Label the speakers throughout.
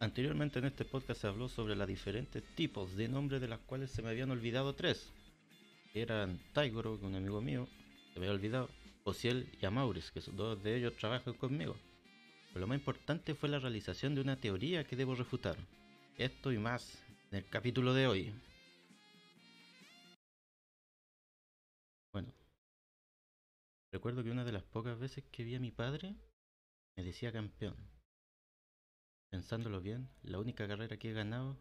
Speaker 1: Anteriormente en este podcast se habló sobre los diferentes tipos de nombres de las cuales se me habían olvidado tres. Eran Taigoro, que un amigo mío, se me había olvidado, Ociel y Amauris, que son dos de ellos trabajan conmigo. Pero lo más importante fue la realización de una teoría que debo refutar. Esto y más en el capítulo de hoy. Bueno, recuerdo que una de las pocas veces que vi a mi padre me decía campeón. Pensándolo bien, la única carrera que he ganado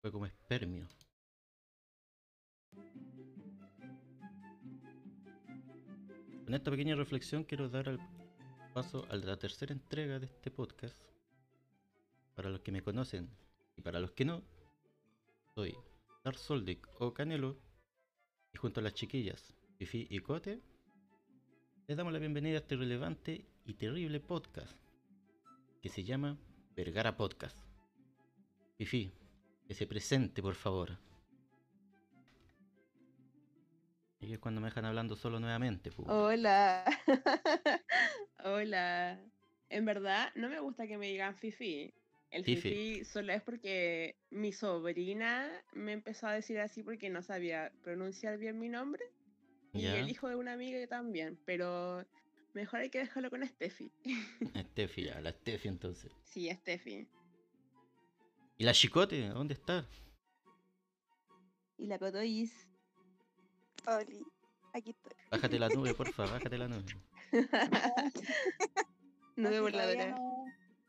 Speaker 1: fue como espermio. Con esta pequeña reflexión quiero dar al paso a la tercera entrega de este podcast. Para los que me conocen y para los que no, soy Dar Soldic o Canelo y junto a las chiquillas Fifi y Cote les damos la bienvenida a este relevante y terrible podcast que se llama Vergara Podcast. Fifi, que se presente por favor. Y es cuando me dejan hablando solo nuevamente. pues.
Speaker 2: Hola. Hola. En verdad, no me gusta que me digan Fifi. El
Speaker 1: Fifi.
Speaker 2: Fifi. solo es porque mi sobrina me empezó a decir así porque no sabía pronunciar bien mi nombre. Y
Speaker 1: Ya.
Speaker 2: el hijo de una amiga también. Pero mejor hay que dejarlo con Steffi.
Speaker 1: Steffi, ya, la Steffi entonces.
Speaker 2: Sí, Steffi.
Speaker 1: ¿Y la Chicote? ¿Dónde está?
Speaker 2: Y la Cotois.
Speaker 3: Oli, aquí estoy.
Speaker 1: Bájate la nube, porfa, bájate la nube.
Speaker 2: no
Speaker 3: sí,
Speaker 2: de burladora.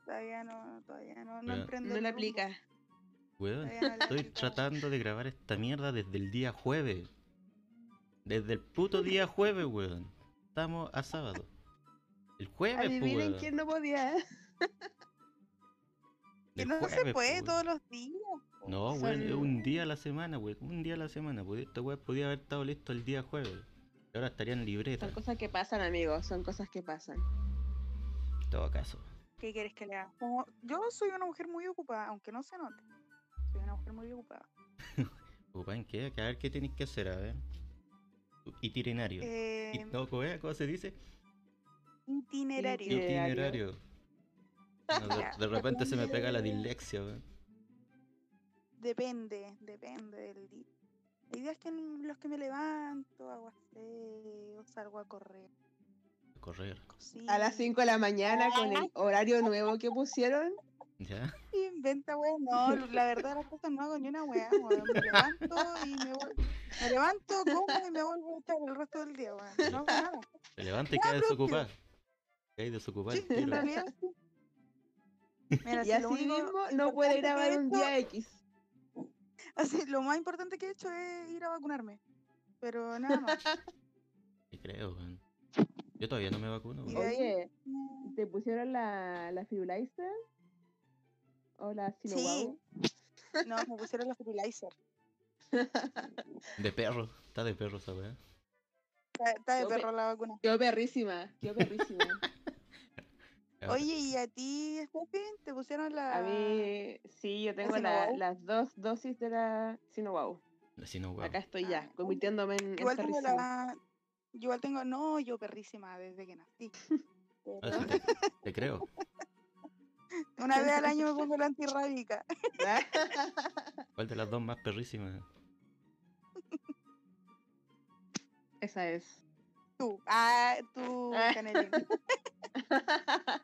Speaker 3: Todavía no, todavía no, todavía no, no
Speaker 1: Pero-
Speaker 3: emprendo
Speaker 2: No
Speaker 3: el
Speaker 2: la
Speaker 3: rumbo,
Speaker 2: aplica.
Speaker 1: Weón,
Speaker 3: todavía no la
Speaker 1: estoy
Speaker 3: aplico.
Speaker 1: tratando de grabar esta mierda desde el día jueves. Desde el puto día jueves, weón. Estamos a sábado. El jueves, pues,
Speaker 2: Adivinen
Speaker 1: weón.
Speaker 2: quién no podía.
Speaker 3: Que
Speaker 1: Del
Speaker 3: no
Speaker 1: jueves,
Speaker 3: se
Speaker 1: pues,
Speaker 3: puede todos
Speaker 1: weón.
Speaker 3: los días. po.
Speaker 1: No, weón, es
Speaker 2: Son-
Speaker 1: un día a la semana, weón. Un día a la semana. pues, Esta weón podía haber estado listo el día jueves. Y ahora estaría en libreta,
Speaker 2: Son cosas que pasan, amigos. Son cosas que pasan.
Speaker 1: en todo caso.
Speaker 3: ¿Qué quieres que le haga? Como- yo soy una mujer muy ocupada, aunque no se note. Soy una mujer muy ocupada.
Speaker 1: Ocupa, ¿en qué? A ver qué tenéis que hacer, a ver. Itinerario.
Speaker 3: Eh,
Speaker 1: Y- No, ¿cómo es? ¿Cómo se dice?
Speaker 3: itinerario.
Speaker 2: Itinerario.
Speaker 1: Itinerario. No, de,
Speaker 3: Ya.
Speaker 1: de repente se me pega la dislexia, weón.
Speaker 3: Depende, depende del día. Hay días que en los que me levanto, hago aseo, salgo a correr,
Speaker 1: Correr,
Speaker 3: cocino.
Speaker 2: A las 5 de la mañana con el horario nuevo que pusieron.
Speaker 1: ¿ya?
Speaker 3: Inventa, weón. No, la verdad, las cosas no hago ni una weá, weón. Me levanto y me vuelvo. Me levanto, como y me vuelvo a estar el resto del día, weón. No hago nada.
Speaker 1: Se levanta y queda desocupada. Queda desocupada
Speaker 3: Sí,
Speaker 1: el
Speaker 3: en
Speaker 1: tiro.
Speaker 3: realidad sí. Mira,
Speaker 2: Y
Speaker 3: sí,
Speaker 2: así
Speaker 3: lo único
Speaker 2: mismo no puede
Speaker 3: importante que he
Speaker 2: grabar un
Speaker 3: hecho-
Speaker 2: día X.
Speaker 3: así, lo más importante que he hecho es ir a vacunarme. Pero nada más.
Speaker 1: Te creo, weón. Yo todavía no me vacuno,
Speaker 3: Y
Speaker 1: weón.
Speaker 3: de ahí-
Speaker 2: Oye,
Speaker 3: Mm,
Speaker 2: ¿te pusieron la, la Firulaiser? ¿O la Sinoguau?
Speaker 3: No, me pusieron la fertilizer.
Speaker 1: De perro, está de perro esa weá.
Speaker 3: Está, está de
Speaker 2: Yo me-
Speaker 3: perro la vacuna.
Speaker 2: Quedó perrísima, quedó perrísima.
Speaker 1: Ya,
Speaker 3: Oye, ¿y a ti, Steffi, te pusieron la...?
Speaker 2: Ah, A mí, sí, yo tengo la-
Speaker 3: Sinoguau?
Speaker 2: las dos dosis de la Sinoguau.
Speaker 1: Así no, weón.
Speaker 2: Acá estoy ya,
Speaker 3: Ah.
Speaker 2: convirtiéndome en, en
Speaker 3: Igual tengo
Speaker 2: perrísima.
Speaker 3: la... yo Igual tengo... No, yo perrísima desde que nací.
Speaker 1: Ah,
Speaker 3: Pero
Speaker 1: sí, te, te creo.
Speaker 3: Una vez al año me pongo la antirrábica.
Speaker 1: ¿Cuál de las dos más perrísimas?
Speaker 2: Esa es.
Speaker 3: Tú. Ah, tú,
Speaker 2: Ah.
Speaker 3: Canelín.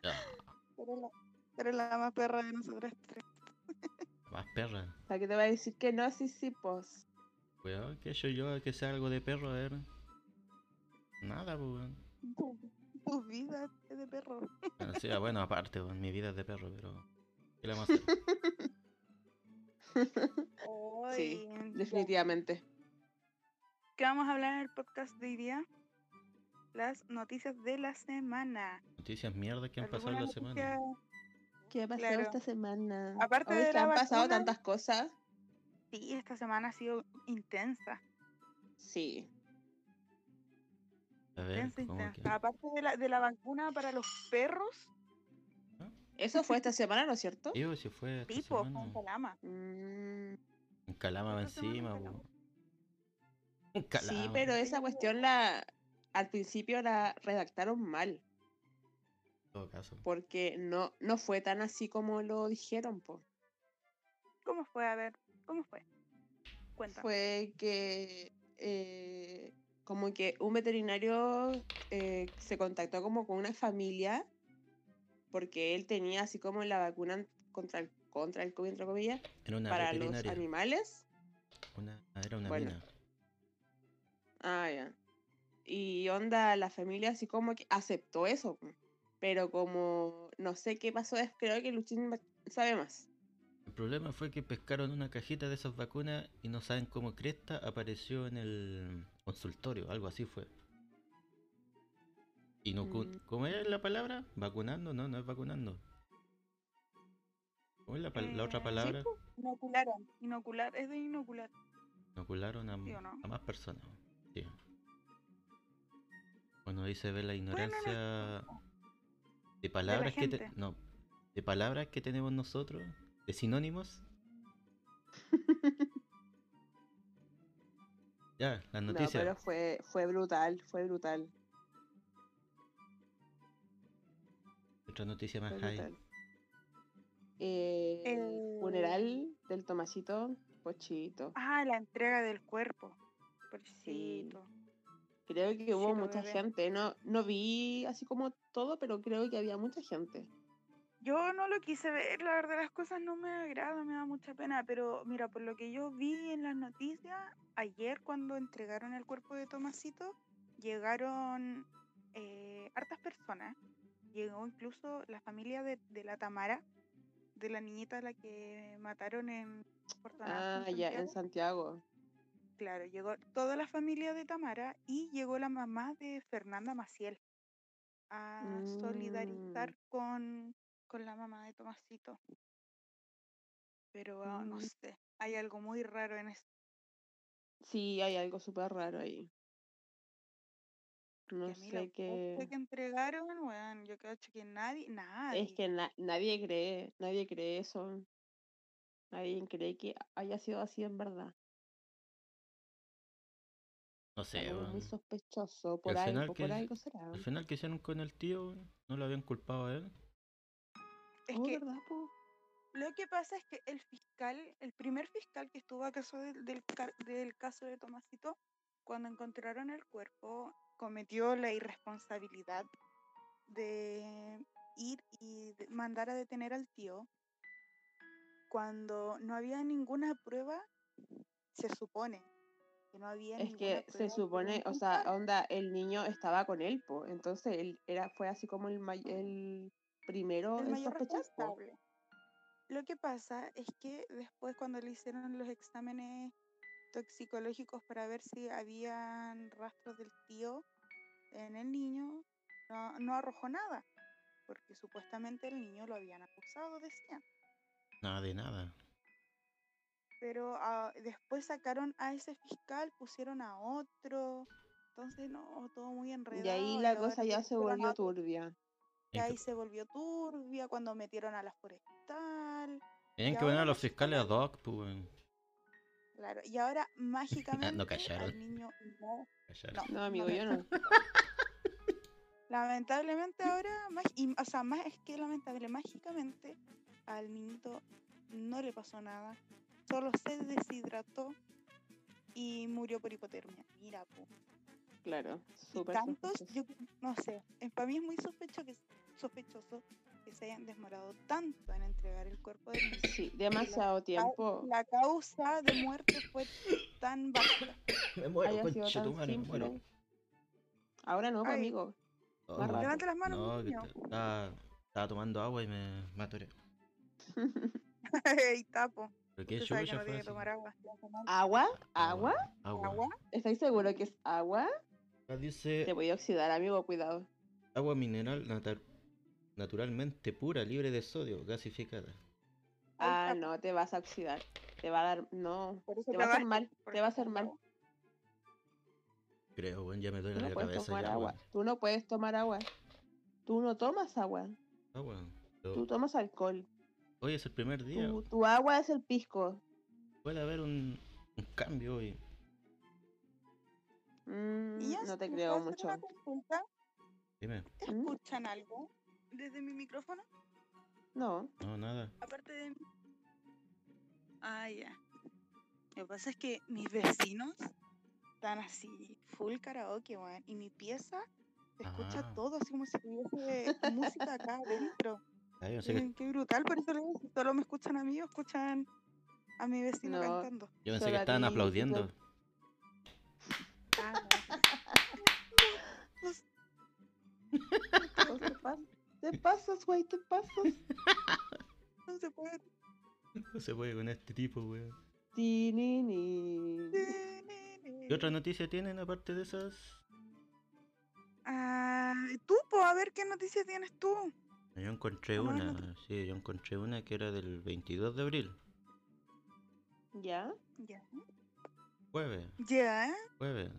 Speaker 1: Ya,
Speaker 3: Pero la, tú eres la más perra de nosotras tres.
Speaker 1: más perra.
Speaker 2: La que te va a decir que no, sí, pues, sí, pos.
Speaker 1: Weón, que yo, yo, que sea algo de perro, a ver. Nada, pues, weón.
Speaker 3: Tu, tu vida es de perro.
Speaker 1: Bueno, sí, ah, bueno, aparte, weón, mi vida es de perro, pero. ¿Qué le vamos a hacer?
Speaker 3: Ay, ya.
Speaker 2: Definitivamente.
Speaker 3: ¿Qué vamos a hablar en el podcast de hoy día? Las noticias de la semana.
Speaker 1: Noticias mierdas que han pasado en
Speaker 3: ¿Alguna
Speaker 1: la semana.
Speaker 3: noticia?
Speaker 2: ¿Qué ha
Speaker 3: pasado esta
Speaker 2: semana?
Speaker 3: Aparte de
Speaker 2: que
Speaker 3: la
Speaker 2: han pasado
Speaker 3: vacuna.
Speaker 2: tantas cosas.
Speaker 3: Sí, esta semana ha sido intensa.
Speaker 2: Sí.
Speaker 1: A ver,
Speaker 3: Intensa,
Speaker 1: ¿cómo que?
Speaker 3: intensa. Aparte de la, de la vacuna para los perros,
Speaker 2: Eso fue esta semana, ¿no es cierto?
Speaker 1: Digo, si pues, fue. esta
Speaker 3: tipo,
Speaker 1: semana.
Speaker 3: con Calama.
Speaker 2: Mm,
Speaker 1: Un calama va
Speaker 3: Esta semana
Speaker 1: encima,
Speaker 3: un
Speaker 1: weón. Un calama.
Speaker 2: sí, pero esa cuestión la al principio la redactaron mal,
Speaker 1: En todo caso.
Speaker 2: porque no, no fue tan así como lo dijeron, po.
Speaker 3: ¿Cómo fue? A ver, ¿cómo fue? Cuéntame.
Speaker 2: fue que eh, como que un veterinario eh, se contactó como con una familia porque él tenía así como la vacuna contra el, contra el COVID, entre comillas,
Speaker 1: Era una
Speaker 2: para los
Speaker 1: veterinaria.
Speaker 2: animales.
Speaker 1: Una, era una
Speaker 2: Bueno.
Speaker 1: mina.
Speaker 2: Ah, ya. Y onda, la familia así como que aceptó eso. po. Pero como no sé qué pasó, es- creo que Luchín ma- sabe más.
Speaker 1: El problema fue que pescaron una cajita de esas vacunas y no saben cómo Cresta apareció en el consultorio, algo así fue. Y no, cu-
Speaker 2: Mm.
Speaker 1: ¿Cómo es la palabra? ¿Vacunando? No, no es vacunando. ¿Cómo es la, pal- la
Speaker 3: Eh,
Speaker 1: otra
Speaker 3: sí,
Speaker 1: palabra?
Speaker 3: po, Inocularon. Inocular, es de inocular.
Speaker 1: Inocularon a,
Speaker 3: ¿Sí o no?
Speaker 1: a más personas. Sí. Bueno, ahí se ve la
Speaker 3: no es-
Speaker 1: ignorancia de palabras que te-
Speaker 3: gente.
Speaker 1: no, de palabras que tenemos nosotros, de sinónimos. ya, las
Speaker 2: No,
Speaker 1: noticias.
Speaker 2: pero fue, fue brutal, fue brutal.
Speaker 1: Otra noticia más
Speaker 2: fue
Speaker 1: high.
Speaker 2: brutal. Eh, el
Speaker 3: El-
Speaker 2: funeral del Tomasito Pochito.
Speaker 3: Ah, la entrega del cuerpo. Pobrecito.
Speaker 2: Creo que hubo
Speaker 3: lo
Speaker 2: mucha
Speaker 3: bebé.
Speaker 2: gente. No, no vi así como todo, pero creo que había mucha gente.
Speaker 3: Yo no lo quise ver, la verdad las cosas no me agradan, me da mucha pena, pero mira, por lo que yo vi en las noticias, ayer cuando entregaron el cuerpo de Tomasito, llegaron eh, hartas personas, llegó incluso la familia de, de la Tamara, de la niñita a la que mataron en Puerto
Speaker 2: Ah,
Speaker 3: Nathan,
Speaker 2: ya, en
Speaker 3: Santiago.
Speaker 2: Santiago.
Speaker 3: Claro, llegó toda la familia de Tamara y llegó la mamá de Fernanda Maciel a
Speaker 2: Mm.
Speaker 3: solidarizar con, con la mamá de Tomasito. Pero ah, no
Speaker 2: Mm.
Speaker 3: sé, hay algo muy raro en esto.
Speaker 2: Sí, hay algo súper raro ahí.
Speaker 3: que
Speaker 2: No
Speaker 3: a mí la
Speaker 2: sé
Speaker 3: posta
Speaker 2: qué.
Speaker 3: que entregaron, weón, yo creo que nadie, nadie.
Speaker 2: Es que na- nadie cree, nadie cree eso. Nadie cree que haya sido así en verdad.
Speaker 1: No sé,
Speaker 2: Algo muy
Speaker 1: weón.
Speaker 2: sospechoso. Por
Speaker 1: al final
Speaker 2: algo,
Speaker 1: que
Speaker 2: por
Speaker 1: es-
Speaker 2: algo será.
Speaker 1: Al final que hicieron con el tío, weón? no lo habían culpado a él.
Speaker 3: Es
Speaker 2: Oh,
Speaker 3: que
Speaker 2: ¿verdad, po?
Speaker 3: lo que pasa es que el fiscal, el primer fiscal que estuvo a caso del, del ca- del caso de Tomasito, cuando encontraron el cuerpo, cometió la irresponsabilidad de ir y de- mandar a detener al tío cuando no había ninguna prueba, se supone que no había
Speaker 2: Es
Speaker 3: ninguna
Speaker 2: que se
Speaker 3: prueba que lo
Speaker 2: supone, o sea,
Speaker 3: inculpara.
Speaker 2: onda, el niño estaba con él, po. Entonces él era, fue así como el, may- el primero
Speaker 3: Mm. el
Speaker 2: en
Speaker 3: mayor
Speaker 2: sospechar, po.
Speaker 3: responsable. Lo que pasa es que después cuando le hicieron los exámenes toxicológicos para ver si habían rastros del tío en el niño, no, no arrojó nada, porque supuestamente el niño lo habían acusado, decían.
Speaker 1: Nada de nada.
Speaker 3: Pero ah, después sacaron a ese fiscal, pusieron a otro, entonces no, todo muy enredado.
Speaker 2: Y ahí la
Speaker 3: ahora
Speaker 2: cosa ya
Speaker 3: quieren
Speaker 2: se
Speaker 3: que la
Speaker 2: volvió
Speaker 3: mate.
Speaker 2: turbia.
Speaker 3: Y ahí
Speaker 1: Tenían
Speaker 3: se volvió turbia cuando metieron a la forestal.
Speaker 1: que- Tenían
Speaker 3: y
Speaker 1: que poner a
Speaker 3: ahora
Speaker 1: los
Speaker 3: la
Speaker 1: fiscales a Doc, pues, weón.
Speaker 3: Claro, y ahora mágicamente
Speaker 1: callaron.
Speaker 3: al niño no.
Speaker 1: Callar.
Speaker 3: No,
Speaker 2: No, amigo, yo no.
Speaker 3: Lamentablemente ahora, mági- y, o sea, más es que lamentable, mágicamente al niñito no le pasó nada, solo se deshidrató y murió por hipotermia. Mira, po.
Speaker 2: Claro,
Speaker 3: Y
Speaker 2: súper
Speaker 3: tantos,
Speaker 2: sospechoso.
Speaker 3: yo no sé, eh, para mí es muy sospecho que- sospechoso que se hayan demorado tanto en entregar el cuerpo del niño.
Speaker 2: Sí, demasiado tiempo.
Speaker 3: La causa de muerte fue tan baja.
Speaker 1: Me muero,
Speaker 2: haya sido
Speaker 1: conche tu
Speaker 2: tan
Speaker 1: madre, me muero.
Speaker 2: simple. Ahora no, po,
Speaker 3: Ay.
Speaker 2: amigo.
Speaker 1: No,
Speaker 2: Más
Speaker 1: no,
Speaker 2: rápido.
Speaker 3: Levante las manos,
Speaker 1: no, que
Speaker 3: niño.
Speaker 1: te- estaba, estaba tomando agua y me, me atoré.
Speaker 3: Ey, tapo.
Speaker 1: Pero qué
Speaker 3: Usted sabe que
Speaker 1: chucha
Speaker 3: no
Speaker 1: fue
Speaker 3: tiene que
Speaker 1: eso.
Speaker 3: tomar agua.
Speaker 2: ¿Agua? ¿Agua?
Speaker 1: Agua.
Speaker 3: ¿Agua?
Speaker 2: ¿Estáis seguro que es agua?
Speaker 1: Acá dice
Speaker 2: Te voy a oxidar, amigo, cuidado.
Speaker 1: agua mineral natar- naturalmente pura, libre de sodio, gasificada.
Speaker 2: Ah,
Speaker 3: está.
Speaker 2: no, te vas a oxidar. Te va a dar. No.
Speaker 3: Por eso
Speaker 2: Te va a hacer
Speaker 3: trabaja,
Speaker 2: mal.
Speaker 3: por
Speaker 2: Te va a
Speaker 3: eso
Speaker 2: hacer mal.
Speaker 3: trabaja.
Speaker 1: Creo, weón, ya me duele
Speaker 2: Tú no
Speaker 1: la
Speaker 2: puedes
Speaker 1: cabeza
Speaker 2: tomar
Speaker 1: ya,
Speaker 2: agua.
Speaker 1: weón.
Speaker 2: Tú no puedes tomar agua. Tú no tomas agua.
Speaker 1: Agua. Ah, Pero
Speaker 2: Tú tomas alcohol.
Speaker 1: hoy es el primer día.
Speaker 2: Tu, tu agua es el pisco.
Speaker 1: Puede haber un, un cambio hoy.
Speaker 2: Mm,
Speaker 3: Niñas,
Speaker 2: no te
Speaker 3: ¿me
Speaker 2: creo
Speaker 3: puedo hacer
Speaker 2: mucho.
Speaker 3: una consulta?
Speaker 1: Dime.
Speaker 2: ¿Mm?
Speaker 3: ¿Escuchan algo desde mi micrófono?
Speaker 2: No.
Speaker 1: No, nada.
Speaker 3: Aparte de mí. Ah, ya. Lo que pasa es que mis vecinos están así, full karaoke, weón. Y mi pieza se escucha
Speaker 1: Ah.
Speaker 3: todo, así como si tuviese música acá adentro.
Speaker 1: Ah, yo, pensé que,
Speaker 3: Miren, Qué brutal, por eso luego si solo me escuchan a mí o escuchan a mi vecino
Speaker 2: No.
Speaker 3: cantando.
Speaker 1: yo pensé que
Speaker 2: Solo a
Speaker 1: estaban
Speaker 2: ti,
Speaker 1: aplaudiendo.
Speaker 2: tipo- Ah, Te pasas- Te pasas, güey, te pasas.
Speaker 3: No se puede.
Speaker 1: No se puede con este tipo, weón.
Speaker 2: Ti, ni, ni.
Speaker 1: ¿Qué otra noticia tienen aparte de esas?
Speaker 3: Ah, tú, po, a ver qué noticias tienes tú.
Speaker 1: Yo encontré
Speaker 3: Ah, no,
Speaker 1: una,
Speaker 3: no te-
Speaker 1: sí, yo encontré una que era del 22 de abril,
Speaker 2: ¿Ya?
Speaker 3: Ya.
Speaker 1: jueves,
Speaker 3: Ya, ¿eh?
Speaker 1: jueves,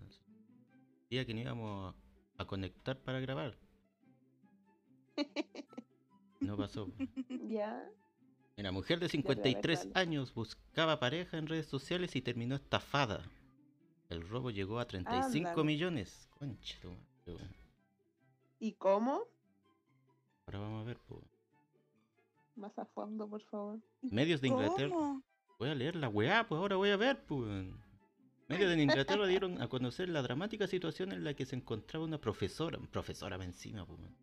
Speaker 1: día que no íbamos a, a conectar para grabar. No pasó.
Speaker 2: ¿Ya?
Speaker 1: Una mujer de
Speaker 2: ver,
Speaker 1: 53
Speaker 2: dale.
Speaker 1: años buscaba pareja en redes sociales y terminó estafada. El robo llegó a 35
Speaker 2: Ándale.
Speaker 1: millones. Concha tu madre, weón.
Speaker 2: ¿Y cómo?
Speaker 1: Ahora vamos a ver, po.
Speaker 2: Más a fondo, por favor.
Speaker 1: Medios de Inglaterra.
Speaker 3: ¿Cómo?
Speaker 1: Voy a leer la weá, pues ahora voy a ver, pues. weón. Medios de Inglaterra dieron a conocer la dramática situación en la que se encontraba una profesora, profesora más encima, pues, weón,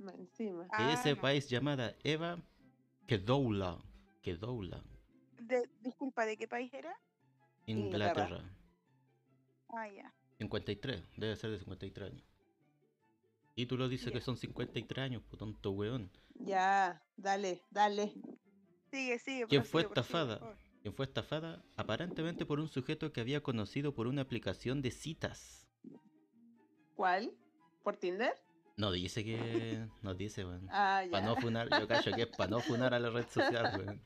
Speaker 2: Más encima.
Speaker 3: Ah,
Speaker 1: de ese
Speaker 3: no.
Speaker 1: país llamada Eva Kedoula, Kedoula,
Speaker 3: De- disculpa, ¿de qué país era?
Speaker 2: Inglaterra.
Speaker 1: Inglaterra.
Speaker 3: Ah, ya.
Speaker 1: 53, debe ser de 53 años. Título dice que
Speaker 3: Ya.
Speaker 1: son 53 años, pues tonto weón.
Speaker 2: Ya, dale, dale.
Speaker 3: Sigue, sigue.
Speaker 1: ¿Quién fue
Speaker 3: prosigue, prosigue, por
Speaker 1: estafada?
Speaker 3: favor.
Speaker 1: Quien fue estafada aparentemente por un sujeto que había conocido por una aplicación de citas.
Speaker 2: ¿Cuál? ¿Por Tinder?
Speaker 1: No dice que. No dice, weón.
Speaker 2: Ah, ya.
Speaker 1: Para no funar, yo cacho que es para no funar a la red social, weón.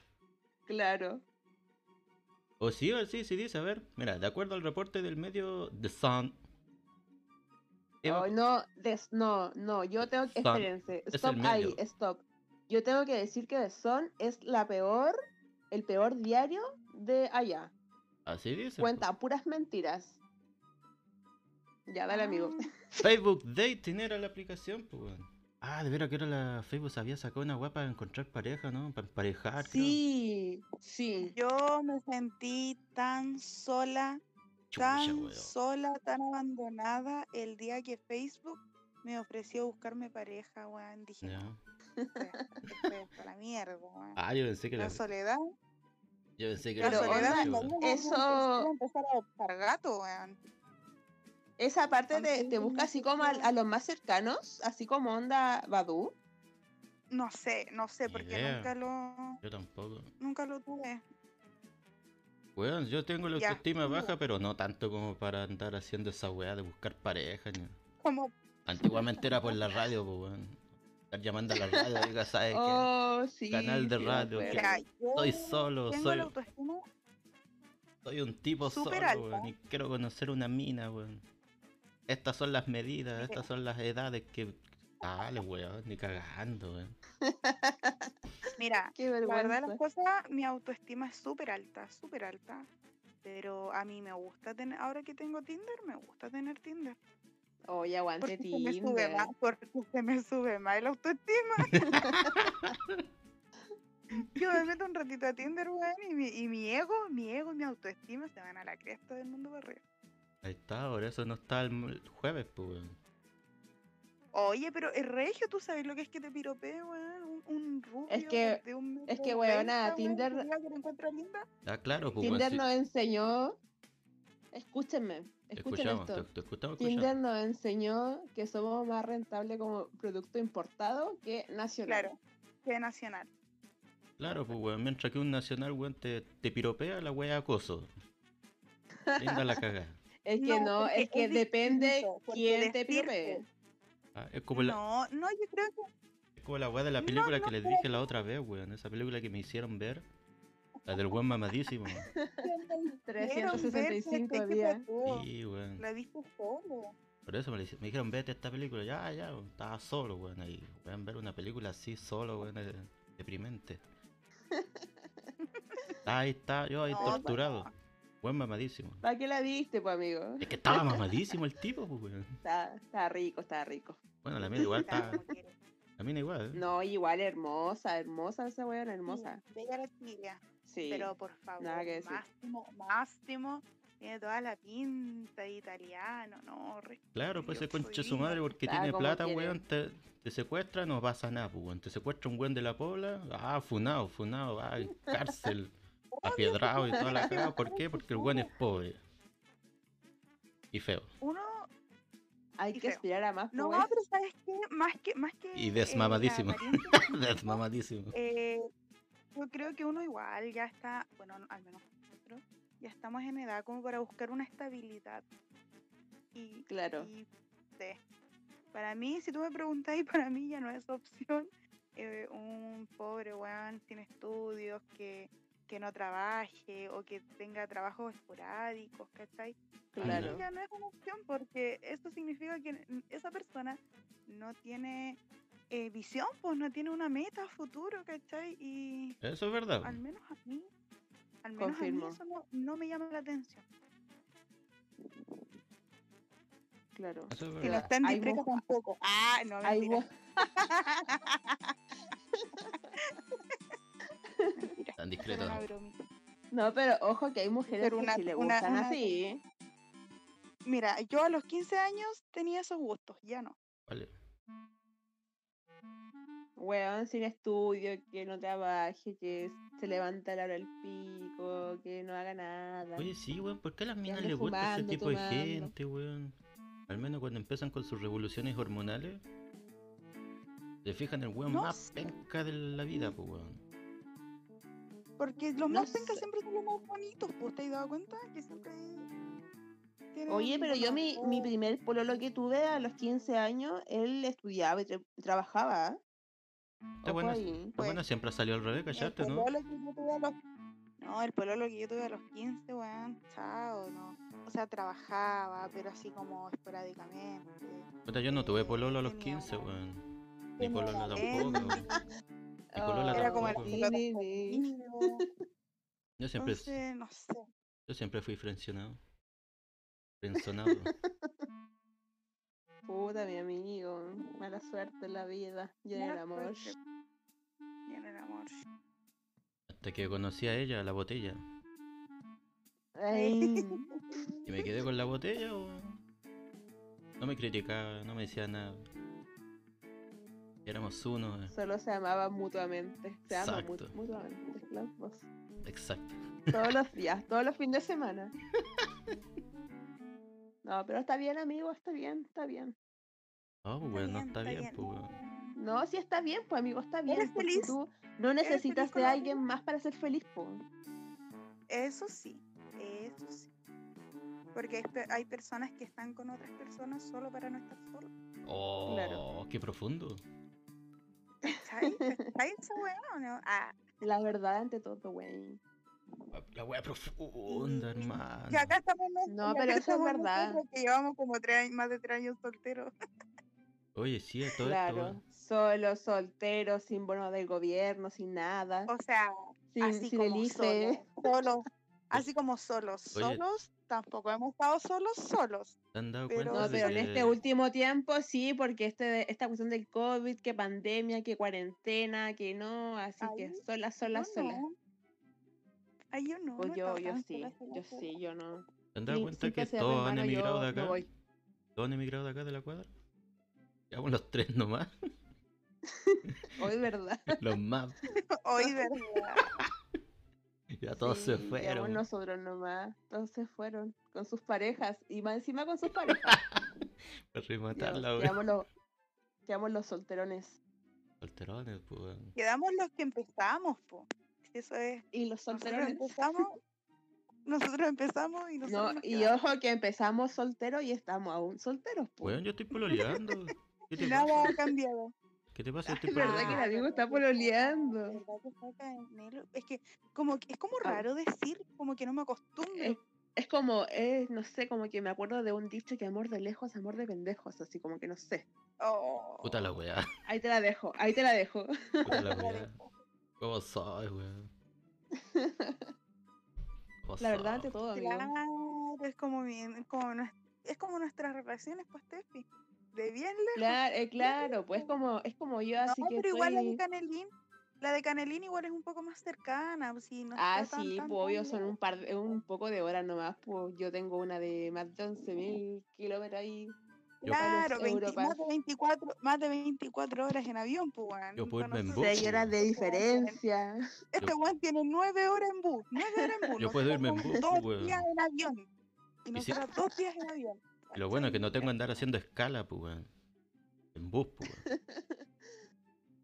Speaker 2: Claro.
Speaker 1: O sí, o sí, sí dice, a ver. Mira, de acuerdo al reporte del medio The Sun. Eva-
Speaker 2: Ay, no, des- no, no, yo tengo que.
Speaker 1: Son
Speaker 2: Espérense,
Speaker 1: el
Speaker 2: stop ahí,
Speaker 1: medio.
Speaker 2: stop. Yo tengo que decir que The Sun es la peor, el peor diario de allá.
Speaker 1: Así dice. po.
Speaker 2: Cuenta puras mentiras. Ya, dale, amigo.
Speaker 3: Ah.
Speaker 1: Facebook Dating era la aplicación, pues, weón. Ah, de veras que era la Facebook, había sacado una guapa para encontrar pareja, ¿no? Para emparejar, creo.
Speaker 2: Sí, sí.
Speaker 3: Yo me sentí tan sola,
Speaker 1: Chucha,
Speaker 3: tan
Speaker 1: weón.
Speaker 3: sola, tan abandonada el día que Facebook me ofreció buscarme pareja, weón. Dije, no,
Speaker 1: Ya.
Speaker 3: esto es para la mierda, weón.
Speaker 1: Ah, yo pensé que
Speaker 3: La
Speaker 1: la.
Speaker 3: soledad,
Speaker 1: Yo pensé que
Speaker 2: Pero
Speaker 3: la
Speaker 1: era
Speaker 2: onda,
Speaker 3: soledad,
Speaker 1: Pikachu,
Speaker 3: en la
Speaker 1: weón.
Speaker 3: vida,
Speaker 2: Eso-
Speaker 3: weón, empezar a adoptar gato, weón.
Speaker 2: Esa parte
Speaker 3: Cuando
Speaker 2: de,
Speaker 3: yo
Speaker 2: te
Speaker 3: tenía
Speaker 2: busca así como a,
Speaker 3: cinco-
Speaker 2: a los más cercanos, así como onda Badu.
Speaker 3: No sé, no sé,
Speaker 1: Ni
Speaker 3: porque
Speaker 1: idea.
Speaker 3: nunca lo,
Speaker 1: Yo tampoco.
Speaker 3: nunca lo tuve.
Speaker 1: Weón, yo tengo la
Speaker 3: Ya,
Speaker 1: autoestima
Speaker 3: tú.
Speaker 1: baja, pero no tanto como para andar haciendo esa weá de buscar pareja, ni-
Speaker 3: Como
Speaker 1: Antiguamente era por la radio, pues, weón. Estar llamando a la radio, diga, ¿sabes qué?
Speaker 2: Oh, sí.
Speaker 1: Canal de
Speaker 2: sí, me
Speaker 1: radio, que-
Speaker 2: acuerdo.
Speaker 3: Mira, yo
Speaker 1: Estoy solo,
Speaker 3: tengo
Speaker 1: soy,
Speaker 3: la autoestima
Speaker 1: soy un tipo solo,
Speaker 3: súper alta.
Speaker 1: weón, y quiero conocer una mina, weón. Estas son las medidas, estas son las edades que... Dale, weón, ni cagando, weón.
Speaker 3: Mira,
Speaker 2: Qué
Speaker 3: la
Speaker 2: vergüenza.
Speaker 3: verdad de las cosas, mi autoestima es súper alta, súper alta. Pero a mí me gusta tener, ahora que tengo Tinder, me gusta tener Tinder.
Speaker 2: Oye, aguante
Speaker 3: Porque se me sube
Speaker 2: Tinder.
Speaker 3: más, porque se me sube más la autoestima. Yo me meto un ratito a Tinder, weón, y mi, y mi ego, mi ego y mi autoestima se van a la cresta del mundo para arriba.
Speaker 1: Ahí está, por eso no está el m- el jueves, pues, weón.
Speaker 3: Oye, pero el regio, tú sabes lo que es que te piropee, weón, un, un rubio.
Speaker 2: que-
Speaker 3: de un
Speaker 2: es que,
Speaker 3: metro
Speaker 2: weona,
Speaker 3: treinta, weón,
Speaker 2: Tinder-
Speaker 3: que diga que te encuentro linda.
Speaker 1: Ah, claro, pues, weón.
Speaker 2: Tinder
Speaker 1: sí.
Speaker 2: nos enseñó. Escúchenme,
Speaker 1: Te
Speaker 2: escuchen
Speaker 1: escuchamos,
Speaker 2: esto.
Speaker 1: te, te escuchamos,
Speaker 2: Tinder
Speaker 1: escuchamos.
Speaker 2: nos enseñó que somos más rentables como producto importado que nacional.
Speaker 3: Claro, que nacional.
Speaker 1: Claro, pues, weón, mientras que un nacional, weón, te, te piropea, la weá acoso. Linda la cagada.
Speaker 2: Es que no,
Speaker 3: porque
Speaker 2: es que depende
Speaker 3: distinto, porque
Speaker 2: quién te
Speaker 3: decirte,
Speaker 2: piropee.
Speaker 1: Ah, es como la...
Speaker 3: No, no, yo creo que
Speaker 1: Es como la weá de la
Speaker 3: No,
Speaker 1: película
Speaker 3: no,
Speaker 1: que les
Speaker 3: pero-
Speaker 1: dije la otra vez, weón. Esa película que me hicieron ver. La del buen mamadísimo.
Speaker 3: vieron ver que te
Speaker 2: 365 días.
Speaker 3: tatuó,
Speaker 1: Sí, weón.
Speaker 3: La viste solo.
Speaker 1: Por eso me, le- me dijeron, vete a esta película. Ya, ya, weón. Estaba solo, weón. Ahí. Weón, ver una película así solo, weón. Es deprimente. Estaba Ahí está, yo ahí
Speaker 3: No,
Speaker 1: torturado. Buen mamadísimo.
Speaker 2: ¿Para qué la viste, pues, amigo?
Speaker 1: Es que estaba mamadísimo el tipo, pues, weón.
Speaker 2: Está, está rico, está rico.
Speaker 1: Bueno, la mina igual
Speaker 3: Está
Speaker 1: está.
Speaker 3: como que-
Speaker 1: La mina igual. ¿eh?
Speaker 2: No, igual hermosa, hermosa esa weona, hermosa.
Speaker 3: Bella la chica.
Speaker 2: Sí.
Speaker 3: Pero por favor,
Speaker 2: nada que decir.
Speaker 3: Máximo, Máximo tiene toda la pinta de italiano, no, re-
Speaker 1: Claro, pues
Speaker 3: Yo
Speaker 1: ese conche
Speaker 3: soy
Speaker 1: su madre porque
Speaker 2: Ah,
Speaker 1: tiene
Speaker 2: como
Speaker 1: plata,
Speaker 2: quiere.
Speaker 1: weón. Te, te secuestra, no pasa nada, pues, weón. Te secuestra un weón de la pobla, ah, funado, funado, ah, en cárcel, apiedrado y toda la cara. ¿Por qué? Porque el weón es pobre. Y feo.
Speaker 3: Uno,
Speaker 2: Hay
Speaker 3: y
Speaker 2: que
Speaker 3: feo.
Speaker 2: aspirar a más.
Speaker 3: no,
Speaker 2: pues.
Speaker 3: pero ¿sabes qué? Más que, más que
Speaker 1: Y
Speaker 3: eh, la
Speaker 1: desmamadísimo.
Speaker 3: apariencia,
Speaker 1: Desmamadísimo.
Speaker 3: eh, yo creo que uno igual ya está, bueno, no- al menos nosotros, ya estamos en edad como para buscar una estabilidad. Y,
Speaker 2: Claro.
Speaker 3: y, sí. Para mí, si tú me preguntas, y para mí ya no es opción eh, un pobre weón sin estudios que, que no trabaje o que tenga trabajos esporádicos, ¿cachai? Para mí
Speaker 2: Claro.
Speaker 3: ya no es una opción porque eso significa que n- esa persona no tiene eh, visión, pues no tiene una meta a futuro, ¿cachai? Y
Speaker 1: Eso es verdad.
Speaker 3: al
Speaker 1: weón.
Speaker 3: menos a mí, al menos a
Speaker 2: Confirmo.
Speaker 3: mí eso no, no me llama la atención.
Speaker 2: Claro.
Speaker 1: Eso es
Speaker 3: Que no
Speaker 1: verdad.
Speaker 3: está en
Speaker 2: Hay
Speaker 3: discreca
Speaker 2: mu-
Speaker 3: tampoco. Ah, no,
Speaker 2: Hay
Speaker 3: mentira.
Speaker 2: mu-
Speaker 3: Mentira.
Speaker 1: Tan
Speaker 3: Era
Speaker 1: discreto.
Speaker 3: una
Speaker 1: ¿no?
Speaker 3: bromita.
Speaker 2: No, pero ojo que hay mujeres
Speaker 3: Pero una-
Speaker 2: que si le
Speaker 3: una-
Speaker 2: gustan
Speaker 3: una-
Speaker 2: así. ¿eh?
Speaker 3: Mira, yo a los 15 años tenía esos gustos, ya no.
Speaker 1: Vale.
Speaker 2: Weón sin estudio, que no trabaje, que se levanta a la hora del pico, que no haga nada.
Speaker 1: Oye, sí, weón, ¿por qué a las minas
Speaker 2: ande
Speaker 1: les gusta ese
Speaker 2: fumando,
Speaker 1: tipo de
Speaker 2: tomando.
Speaker 1: gente, weón? Al menos cuando empiezan con sus revoluciones hormonales, se fijan el weón
Speaker 3: No
Speaker 1: más
Speaker 3: sé.
Speaker 1: penca de la vida, pues, weón.
Speaker 3: Porque los
Speaker 2: No
Speaker 3: más pencas
Speaker 2: sé.
Speaker 3: siempre son los más bonitos, pues, ¿te has dado cuenta? Que siempre... tienen
Speaker 2: Oye, pero
Speaker 3: como
Speaker 2: yo mi, mi
Speaker 3: todo.
Speaker 2: primer pololo que tuve a los 15 años, él estudiaba y tra- trabajaba.
Speaker 1: Está
Speaker 2: Ojo
Speaker 1: bueno,
Speaker 2: ahí.
Speaker 1: Pero bueno, siempre salió al revés,
Speaker 3: El
Speaker 1: callate, ¿no?
Speaker 3: pololo que yo tuve a los... No, el pololo que yo tuve a los 15, weón, chao, no. O sea, trabajaba, pero así como esporádicamente.
Speaker 1: Puta, yo no tuve
Speaker 3: eh,
Speaker 1: pololo a los
Speaker 3: tenía
Speaker 1: 15,
Speaker 3: una-
Speaker 1: weón. Ni
Speaker 3: tenía
Speaker 1: pololo
Speaker 3: una
Speaker 1: tampoco,
Speaker 3: bebé,
Speaker 1: weón. Mi polola
Speaker 3: Era como el
Speaker 1: tampoco.
Speaker 2: ni,
Speaker 3: pico
Speaker 2: ni,
Speaker 3: del
Speaker 2: ni.
Speaker 3: niño.
Speaker 1: Yo siempre,
Speaker 3: Entonces, no sé.
Speaker 1: yo siempre fui frencionado. Frenzonado.
Speaker 2: Puta, mi amigo. Mala suerte en la vida. Llena el
Speaker 3: Mala
Speaker 2: amor.
Speaker 3: suerte. Lleno el amor.
Speaker 1: Hasta que conocí a ella, a la botella.
Speaker 2: Ay,
Speaker 1: Y me quedé con la botella, weón. No me criticaba, no me decía nada. Éramos uno, eh.
Speaker 2: solo se amaban mutuamente. Se aman mu-
Speaker 1: Exacto.
Speaker 2: mutuamente los dos.
Speaker 1: exacto.
Speaker 2: Todos los días, todos los fines de semana. No, pero está bien, amigo, está bien, está bien.
Speaker 1: No, pues, weón, no está bien, pues, weón.
Speaker 2: No, sí está bien, pues amigo, está bien.
Speaker 3: ¿Eres
Speaker 2: porque
Speaker 3: feliz?
Speaker 2: Tú no
Speaker 3: ¿Eres feliz
Speaker 2: necesitas
Speaker 3: con
Speaker 2: de
Speaker 3: la
Speaker 2: alguien más para ser feliz, pues.
Speaker 3: Eso sí, eso sí. Porque hay, pe- hay personas que están con otras personas solo para no estar solos.
Speaker 1: Oh,
Speaker 2: Claro.
Speaker 1: qué profundo.
Speaker 3: ¿Cachai? ¿Cachai esa weá o no? Ah,
Speaker 2: La verdad ante todo, pues, güey.
Speaker 1: La- La wea profunda,
Speaker 3: Sí.
Speaker 1: hermano.
Speaker 3: que acá estamos nos-
Speaker 2: No,
Speaker 3: acá
Speaker 2: pero eso es
Speaker 3: estamos
Speaker 2: verdad.
Speaker 3: nosotros Que llevamos como tres, años- más de tres años solteros.
Speaker 1: Oye, sí, a todo esto,
Speaker 2: Claro,
Speaker 1: weón.
Speaker 2: solo, soltero, sin bono del gobierno, sin nada,
Speaker 3: O sea,
Speaker 2: sin,
Speaker 3: así
Speaker 2: sin el E.
Speaker 3: como solos.
Speaker 2: IFE.
Speaker 3: solos. Así como solos.
Speaker 1: Oye.
Speaker 3: Solos. Tampoco hemos estado solos, solos.
Speaker 1: ¿Te han dado
Speaker 3: Pero-
Speaker 1: cuenta?
Speaker 2: No,
Speaker 1: de
Speaker 2: pero en
Speaker 1: que-
Speaker 2: este último tiempo sí, porque este, esta cuestión del COVID, que pandemia, que cuarentena, que no, así que
Speaker 3: Ahí,
Speaker 2: sola, sola,
Speaker 3: Yo
Speaker 2: sola.
Speaker 3: no. Ay, yo no.
Speaker 2: O
Speaker 3: no
Speaker 2: Pues yo,
Speaker 3: estaba
Speaker 2: yo
Speaker 3: tan
Speaker 2: sí,
Speaker 3: sola, sola,
Speaker 2: yo
Speaker 3: sola.
Speaker 2: sí, yo no.
Speaker 1: ¿Te han dado
Speaker 2: Sin-
Speaker 1: cuenta
Speaker 2: sin
Speaker 1: que
Speaker 2: clase de arma en
Speaker 1: todos han
Speaker 2: mano,
Speaker 1: emigrado de
Speaker 2: yo me
Speaker 1: acá?
Speaker 2: voy.
Speaker 1: ¿Todos han emigrado de acá de la cuadra? Llevamos los tres nomás,
Speaker 2: Hoy, ¿verdad?
Speaker 1: los más.
Speaker 3: Hoy, verdad.
Speaker 1: Ya todos se
Speaker 2: Sí,
Speaker 1: fueron.
Speaker 2: llevamos
Speaker 1: weón.
Speaker 2: nosotros nomás, todos se fueron con sus parejas y más encima con sus parejas.
Speaker 1: Para
Speaker 2: Llevamos
Speaker 1: rematarla, weón.
Speaker 2: quedamos los, quedamos los solterones
Speaker 1: Solterones, pues, weón.
Speaker 3: Quedamos los que empezamos, po. Si Eso es.
Speaker 2: y los
Speaker 3: Nosotros
Speaker 2: solterones.
Speaker 3: empezamos. Nosotros empezamos y
Speaker 2: No,
Speaker 3: nosotros. nos
Speaker 2: y
Speaker 3: quedamos.
Speaker 2: ojo que empezamos solteros y estamos aún solteros. pues. po.
Speaker 1: Weón, yo estoy pololeando. ¿Qué te
Speaker 3: Nada
Speaker 1: pasa?
Speaker 3: ha cambiado.
Speaker 1: ¿Qué te pasa?
Speaker 2: Ah,
Speaker 1: Estoy
Speaker 2: es verdad que
Speaker 1: pololeando.
Speaker 2: la Vigo está pololeando.
Speaker 3: ¿Verdad que está canelo? Es que como, que- es como
Speaker 2: Ah.
Speaker 3: raro decir, como que no me acostumbro.
Speaker 2: Es, es como, es, no sé, como que me acuerdo de un dicho que amor de lejos, amor de pendejos, así como que no sé.
Speaker 3: Oh,
Speaker 1: Puta la weá.
Speaker 2: Ahí te la dejo, ahí te la dejo.
Speaker 1: Puta la
Speaker 3: la
Speaker 1: weá.
Speaker 3: dejo.
Speaker 1: ¿Cómo soy, weón? ¿Cómo
Speaker 2: La verdad,
Speaker 1: soy?
Speaker 2: ante todo, amigo.
Speaker 3: Claro, es como bien, es como, nues- es como nuestras relaciones, pues, Tefi. De bien lejos.
Speaker 2: Claro, eh, claro, pues como, es como yo,
Speaker 3: No,
Speaker 2: así que
Speaker 3: pero igual la
Speaker 2: soy-
Speaker 3: Canelín, La de Canelín igual es un poco más cercana. pues, sí, no
Speaker 2: Ah,
Speaker 3: está tan,
Speaker 2: sí,
Speaker 3: tan,
Speaker 2: pues
Speaker 3: tan
Speaker 2: obvio, son un
Speaker 3: lejos.
Speaker 2: par de- un poco de horas nomás, pues yo tengo una de más de 11.000 kilómetros ahí.
Speaker 1: Yo-
Speaker 2: para
Speaker 3: Claro, 20
Speaker 2: Europa.
Speaker 3: más, de 24, más de 24 horas en avión, pues, weón.
Speaker 1: Yo puedo
Speaker 3: Pa'
Speaker 1: irme en
Speaker 3: nosotros-
Speaker 1: bus.
Speaker 2: Seis horas de diferencia.
Speaker 3: Este
Speaker 1: Yo-
Speaker 3: weón tiene 9 horas en bus. 9 horas en bus.
Speaker 1: Yo puedo irme en
Speaker 3: nosotros
Speaker 1: bus,
Speaker 3: somos Dos
Speaker 1: weón.
Speaker 3: días en avión. Y
Speaker 1: Y si-
Speaker 3: nosotros dos días en avión.
Speaker 1: Y lo bueno es que no
Speaker 3: ¿cachai?
Speaker 1: tengo que andar haciendo escala, pues, weón. En bus, pues, weón.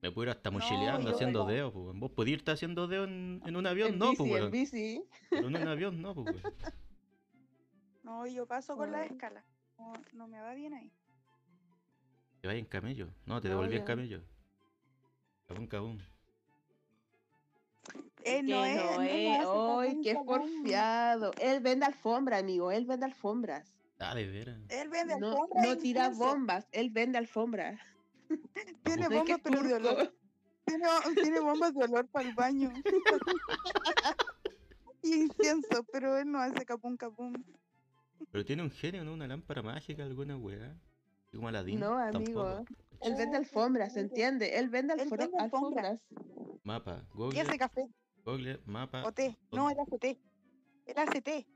Speaker 1: Me puedo ir hasta
Speaker 3: No,
Speaker 1: mochileando
Speaker 2: yo-
Speaker 1: haciendo dedos, pues, weón. Vos podías irte haciendo dedos en, en un avión,
Speaker 2: en
Speaker 1: no,
Speaker 2: bici,
Speaker 1: pues,
Speaker 2: en
Speaker 1: weón.
Speaker 3: Eh,
Speaker 2: bici.
Speaker 1: Pero en un avión, no, pues, weón.
Speaker 3: No, yo paso con la
Speaker 2: Ay.
Speaker 3: escala. No, no me va bien ahí.
Speaker 1: Te vas en camello. No, te
Speaker 2: No,
Speaker 1: devolví en
Speaker 2: ya.
Speaker 1: camello. Cabum, cabum.
Speaker 2: que
Speaker 3: Eh, no es, no
Speaker 2: no
Speaker 3: es, pues,
Speaker 2: es,
Speaker 3: no hace
Speaker 2: ¡Ay, qué
Speaker 3: tanto daño.
Speaker 2: porfiado! Él vende alfombra, amigo, él vende alfombras.
Speaker 1: Ah, de veras.
Speaker 3: Él vende
Speaker 2: No,
Speaker 3: alfombras
Speaker 2: no
Speaker 3: y
Speaker 2: tira
Speaker 3: incienso.
Speaker 2: bombas, él vende alfombras.
Speaker 3: Tiene
Speaker 2: No es que
Speaker 3: bombas,
Speaker 2: es
Speaker 3: pero de olor.
Speaker 2: turco.
Speaker 3: Tiene, tiene bombas de olor para el baño. y incienso, pero él no hace capum capum.
Speaker 1: Pero tiene un genio, ¿no? Una lámpara mágica, alguna weá. Así Como Aladín.
Speaker 2: No,
Speaker 1: tampoco.
Speaker 2: amigo. Él
Speaker 3: Oh,
Speaker 2: vende alfombras, ¿se
Speaker 3: mira.
Speaker 2: entiende? Él vende,
Speaker 3: Él
Speaker 2: alfor-
Speaker 3: vende alfombras.
Speaker 2: alfombras.
Speaker 1: Mapa,
Speaker 3: Y
Speaker 1: Google,
Speaker 3: hace café
Speaker 1: Google, mapa.
Speaker 3: o té.
Speaker 1: todo.
Speaker 3: No, él hace té. Él hace té.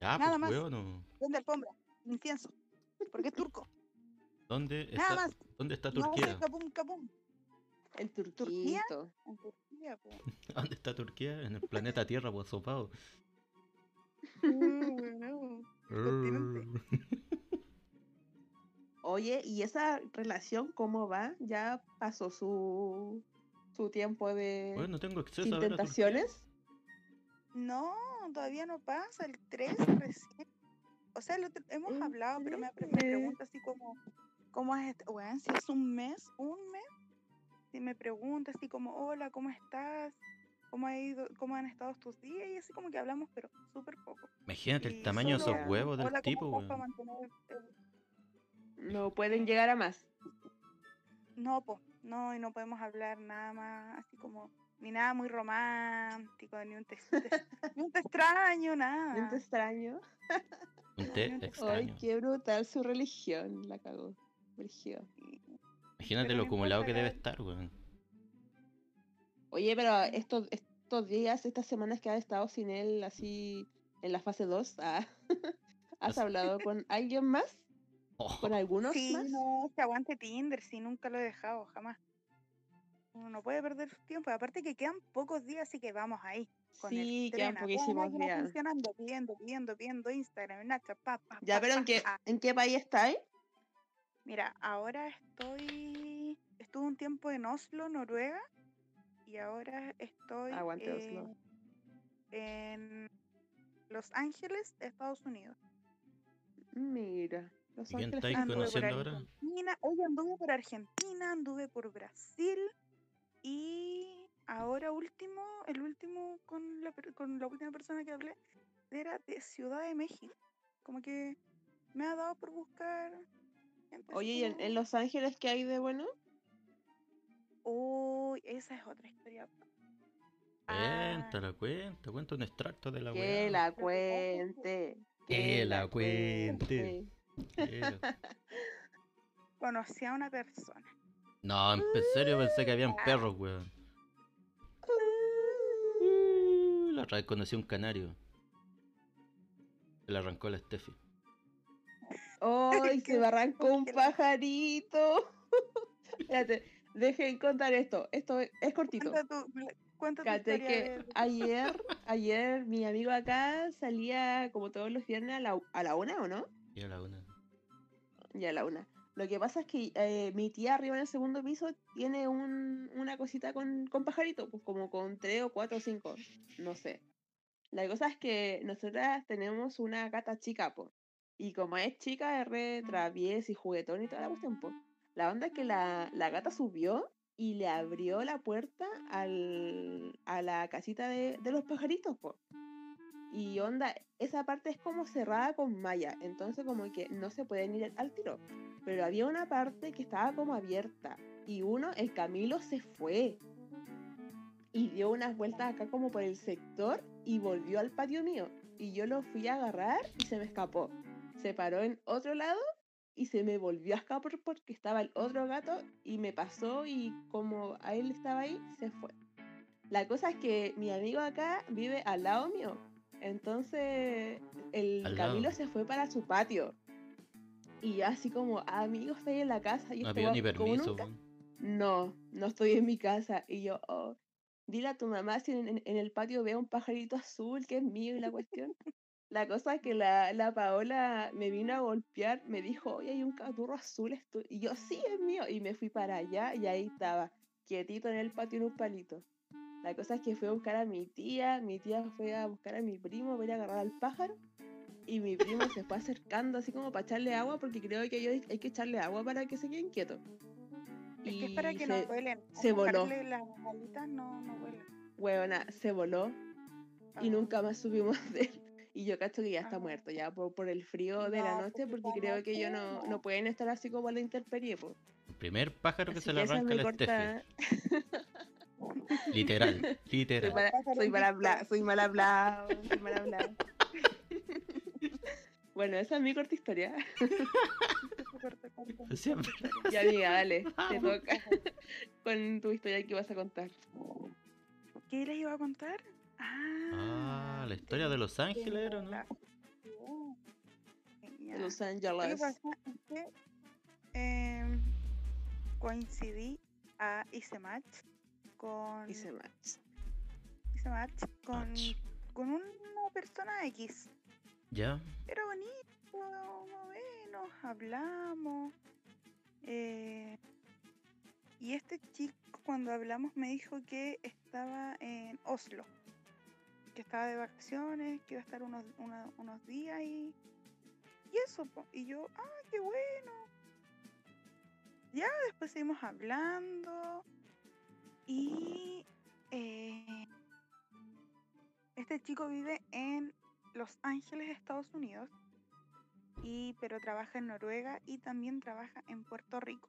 Speaker 1: Ah,
Speaker 3: nada
Speaker 1: pues,
Speaker 3: más.
Speaker 1: weón, no.
Speaker 3: Vende alfombra, incienso. Porque es turco.
Speaker 1: ¿Dónde
Speaker 3: Nada
Speaker 1: está,
Speaker 3: más.
Speaker 1: ¿Dónde está
Speaker 3: No hace
Speaker 1: Turquía?
Speaker 3: capum capum.
Speaker 2: El
Speaker 3: ¿Turquía?
Speaker 2: turquito.
Speaker 3: En Turquía, po.
Speaker 1: ¿Dónde está Turquía? En el planeta Tierra, pues, sopado.
Speaker 3: Mm, bueno. Continente.
Speaker 2: Oye, ¿y esa relación cómo va? ¿Ya pasó su, su tiempo de
Speaker 1: Bueno, no tengo acceso
Speaker 2: sin
Speaker 1: a ver a Turquía.
Speaker 2: tentaciones?
Speaker 3: No, todavía no pasa, el 3 recién. O sea, el otro- hemos
Speaker 2: El
Speaker 3: hablado, pero me, pre- me
Speaker 2: 13.
Speaker 3: pregunta así como, ¿cómo has estado? Weón, si es un mes, un mes. Si me pregunta así como, hola, ¿cómo estás? ¿Cómo, ha ido, ¿Cómo han estado tus días? Y así como que hablamos, pero súper poco.
Speaker 1: Imagínate
Speaker 3: Y
Speaker 1: el tamaño de
Speaker 3: solo
Speaker 1: esos
Speaker 2: Ya.
Speaker 1: huevos del
Speaker 3: hola, ¿cómo
Speaker 1: tipo,
Speaker 3: estás? Pa'
Speaker 1: weón.
Speaker 3: mantener el-
Speaker 2: No pueden llegar a más.
Speaker 3: No, po, no, y no podemos hablar nada más así como, ni nada muy romántico, ni un te, te- ni un te extraño, nada.
Speaker 2: ¿No te extraño?
Speaker 1: Un té
Speaker 3: Ay, no te-
Speaker 1: extraño.
Speaker 2: Ay, qué brutal su religión. La cagó. Brígido.
Speaker 1: Imagínate
Speaker 3: pero
Speaker 1: lo
Speaker 3: no
Speaker 1: acumulado que
Speaker 3: importa,
Speaker 1: debe
Speaker 3: cada-
Speaker 1: estar, weón.
Speaker 2: Oye, pero estos, estos días, estas semanas que has estado sin él así en la fase 2, ah, ¿has
Speaker 1: Has-
Speaker 2: hablado con alguien más?
Speaker 1: Oh,
Speaker 2: ¿Con algunos
Speaker 3: Sí,
Speaker 2: más?
Speaker 3: no, se aguante Tinder, sí, nunca lo he dejado, jamás. Uno no puede perder su tiempo, aparte que quedan pocos días, así que vamos ahí. Con el
Speaker 2: sí,
Speaker 3: tren
Speaker 2: quedan
Speaker 3: a toda
Speaker 2: poquísimos
Speaker 3: máquina
Speaker 2: días.
Speaker 3: funcionando, viendo, viendo, viendo Instagram, Nacha, pa, pa,
Speaker 2: Ya,
Speaker 3: pa,
Speaker 2: pero
Speaker 3: pa,
Speaker 2: ¿en qué,
Speaker 3: pa.
Speaker 2: ¿en qué país estáis?
Speaker 3: Mira, ahora estoy, estuve un tiempo en Oslo, Noruega, y ahora estoy
Speaker 2: Aguante Oslo.
Speaker 3: eh, en Los Ángeles, Estados Unidos.
Speaker 2: Mira, Los
Speaker 1: ¿Y quién
Speaker 2: Ángeles
Speaker 1: estáis
Speaker 2: está-
Speaker 3: anduve por
Speaker 1: conociendo ahora?
Speaker 3: Argentina, hoy anduve por Argentina, anduve por Brasil y ahora último, el último con la, per- con la última persona que hablé era de Ciudad de México. Como que me ha dado por buscar. gente así
Speaker 2: Oye, ¿y en,
Speaker 3: como-
Speaker 2: en Los Ángeles qué hay de bueno?
Speaker 3: Uy, esa es otra historia. Ah,
Speaker 1: Cuéntala, cuenta, cuenta un extracto de la
Speaker 2: que
Speaker 1: weá.
Speaker 2: la
Speaker 3: que pasa es que-
Speaker 2: cuente.
Speaker 1: Que la cuente. Eh,
Speaker 3: conocí a una persona.
Speaker 1: No, en pe- serio pensé que habían perros, weón. La otra vez conocí un canario. Se le arrancó la Steffi.
Speaker 2: ¡Ay,
Speaker 3: Qué
Speaker 2: se me arrancó un
Speaker 3: bárbaro.
Speaker 2: pajarito! Espérate, dejen contar esto. Esto es, es cortito.
Speaker 3: Cuenta tu, la- cuenta tu
Speaker 2: Cachai
Speaker 3: historia
Speaker 2: que
Speaker 3: de-
Speaker 2: ayer, ayer mi amigo acá salía como todos los viernes a la, u- a la una, ¿o no?
Speaker 1: Y a la una.
Speaker 2: Ya a la una. Lo que pasa es que eh, mi tía arriba en el segundo piso tiene un, una cosita con, con pajarito, pues como con tres o cuatro o cinco, no sé. La cosa es que nosotras tenemos una gata chica, po. Y como es chica, es re traviesa y juguetón y toda la cuestión, po. La onda es que la, la gata subió y le abrió la puerta al, a la casita de, de los pajaritos, po. Y onda, esa parte es como cerrada con malla, entonces como que no se pueden ir al tiro. Pero había una parte que estaba como abierta y uno, el Camilo se fue y dio unas vueltas acá como por el sector y volvió al patio mío. Y yo lo fui a agarrar y se me escapó. Se paró en otro lado y se me volvió a escapar porque estaba el otro gato y me pasó y como a él estaba ahí, se fue. La cosa es que mi amigo acá vive al lado mío. Entonces el
Speaker 1: Al lado.
Speaker 2: Camilo se fue para su patio. Y yo así como, "Ah, amigo, estoy en la casa. Y
Speaker 1: No
Speaker 2: este
Speaker 1: había ni
Speaker 2: weón, como
Speaker 1: permiso,
Speaker 2: nunca-
Speaker 1: weón.
Speaker 2: No, no estoy en mi casa. Y yo, oh, dile a tu mamá si en, en- en el patio veo un pajarito azul que es mío y la cuestión. La cosa es que la, la Paola me vino a golpear, me dijo, oye, hay un caturro azul. es tu-". Y yo, sí, es mío. Y me fui para allá y ahí estaba, quietito en el patio en un palito. La cosa es que fui a buscar a mi tía, mi tía fue a buscar a mi primo para ir a agarrar al pájaro. Y mi primo se fue acercando así como para echarle agua, porque creo que hay, hay que echarle agua para que se queden quietos.
Speaker 3: Es que es para
Speaker 2: Y
Speaker 3: que
Speaker 2: se-
Speaker 3: no duelen.
Speaker 2: se voló.
Speaker 3: Las alitas no, no vuelan.
Speaker 2: Huevona, se voló y
Speaker 3: Ah.
Speaker 2: nunca más supimos de él. Y yo cacho que ya está
Speaker 3: Ah.
Speaker 2: muerto, ya por, por el frío de la
Speaker 3: No,
Speaker 2: noche,
Speaker 3: porque
Speaker 2: porque
Speaker 3: la
Speaker 2: creo que ellos no,
Speaker 3: noche,
Speaker 2: no
Speaker 3: no.
Speaker 2: pueden estar así como a la intemperie. po.
Speaker 1: El primer pájaro que
Speaker 2: Así
Speaker 1: se le
Speaker 2: esa es
Speaker 1: arranca
Speaker 2: mi
Speaker 1: la
Speaker 2: corta-
Speaker 1: Steffi. Literal,
Speaker 2: Soy
Speaker 1: literal.
Speaker 2: mala,
Speaker 3: pájaro
Speaker 2: soy mal
Speaker 3: invicto.
Speaker 2: habla- soy mal hablado, soy mal hablado. bueno, esa es mi corta historia.
Speaker 3: Corta, corta.
Speaker 1: Siempre.
Speaker 2: Ya, amiga, dale, te
Speaker 1: Vamos.
Speaker 2: toca con tu historia que vas a contar.
Speaker 3: ¿Qué les iba a contar? Ah,
Speaker 1: Ah, la historia de Los Ángeles era, ¿no?
Speaker 3: la- Oh,
Speaker 2: De
Speaker 3: genial.
Speaker 2: Los
Speaker 3: Lo que
Speaker 2: Ángeles.
Speaker 3: pasa es que em, coincidí a hice match con
Speaker 2: Y se marcha.
Speaker 3: hice match con,
Speaker 1: Match.
Speaker 3: con una persona X.
Speaker 1: Ya,
Speaker 3: Era bonito, más o menos, hablamos. eh, y este chico cuando hablamos me dijo que estaba en Oslo, que estaba de vacaciones, que iba a estar unos, una- unos días y, y eso. po. Y yo, ah, qué bueno. Ya, después seguimos hablando y eh, este chico vive en los Ángeles, Estados Unidos, y, pero trabaja en Noruega y también trabaja en Puerto Rico.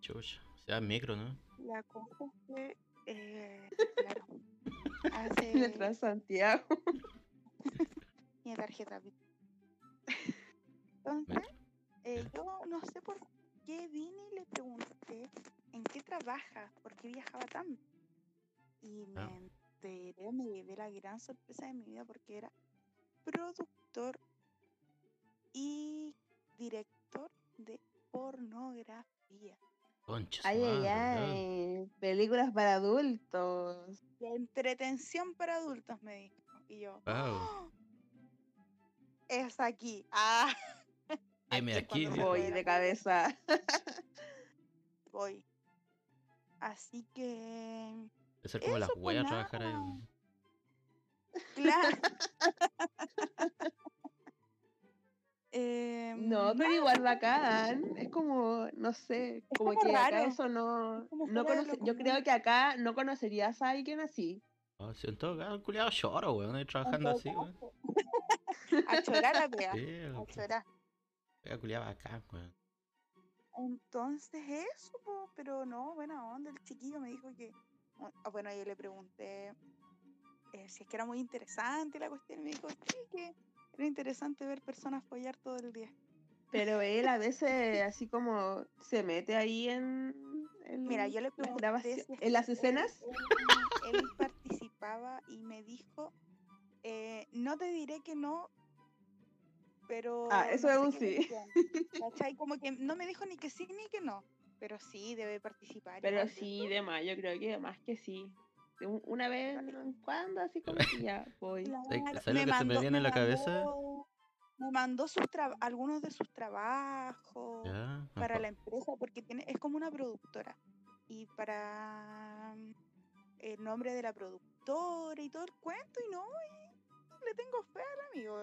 Speaker 1: chucha. O sea, micro, ¿no?
Speaker 3: La cosa es que, eh, claro, hace
Speaker 2: Mientras Santiago.
Speaker 3: mi tarjeta. vi- Entonces, eh, yo no sé por qué vine y le pregunté en qué trabaja, por qué viajaba tanto. Y me
Speaker 1: Ah.
Speaker 3: enteré, me llevé la gran sorpresa de mi vida porque era productor y director de pornografía.
Speaker 1: Concha. su
Speaker 2: Ay, ay,
Speaker 1: madre, ya.
Speaker 2: ay. Películas para adultos.
Speaker 3: La entretención para adultos, me dijo. Y yo,
Speaker 1: Wow.
Speaker 3: ¡Ah! es aquí. Ah,
Speaker 1: Heme
Speaker 3: es
Speaker 1: aquí,
Speaker 3: cuando se
Speaker 1: dijo.
Speaker 2: Voy
Speaker 3: puede
Speaker 2: de
Speaker 3: la-
Speaker 2: cabeza.
Speaker 3: voy. Así que,
Speaker 1: Debe ser como las
Speaker 3: Eso, pues,
Speaker 1: weas trabajar ahí.
Speaker 3: nada.
Speaker 1: weón.
Speaker 3: claro. Em,
Speaker 2: No, pero igual bacán. Es como, no sé, como,
Speaker 3: como
Speaker 2: que acá
Speaker 3: raro.
Speaker 2: eso no.
Speaker 3: Es como
Speaker 2: no
Speaker 3: fuera de lo
Speaker 2: conoce- yo creo
Speaker 3: común.
Speaker 2: que acá no conocerías a alguien así.
Speaker 1: Ah, si en todo caso, el culiado llora, weón. Ahí trabajando
Speaker 3: todo
Speaker 1: así, weón.
Speaker 3: a chorar a pega,
Speaker 1: Sí, el
Speaker 3: a
Speaker 1: culiao-
Speaker 3: chorar.
Speaker 1: el culiao bacán, weón.
Speaker 3: Entonces eso, po, pero no, buena onda, el chiquillo me dijo que, ah, bueno, yo le pregunté eh, si es que era muy interesante la cuestión, y me dijo, sí, que era interesante ver personas follar todo el día.
Speaker 2: Pero él a veces así como se mete ahí en. en
Speaker 3: Mira, yo le
Speaker 2: las
Speaker 3: pregunté
Speaker 2: grabaci-
Speaker 3: si es que
Speaker 2: en las
Speaker 3: él-
Speaker 2: escenas.
Speaker 3: Él, él participaba y me dijo, eh, no te diré que no, pero...
Speaker 2: Ah, eso
Speaker 3: no
Speaker 2: es un
Speaker 3: sé qué cuestión", ¿cachai? Como que no me dijo ni que sí ni que no, pero sí debe participar.
Speaker 2: Pero
Speaker 3: igual.
Speaker 2: sí, de más, yo creo que de más que sí. De un- Una vez en cuando, así como que ya voy.
Speaker 1: ¿Sabes-
Speaker 3: Claro,
Speaker 1: sabes lo que se me viene a la cabeza?
Speaker 3: mandó- me mandó sus tra- algunos de sus trabajos
Speaker 1: Ya.
Speaker 3: para
Speaker 1: apa-
Speaker 3: la empresa porque tiene, es como una productora. Y para mm, el nombre de la productora y todo el cuento, y no, y le tengo fe al amigo.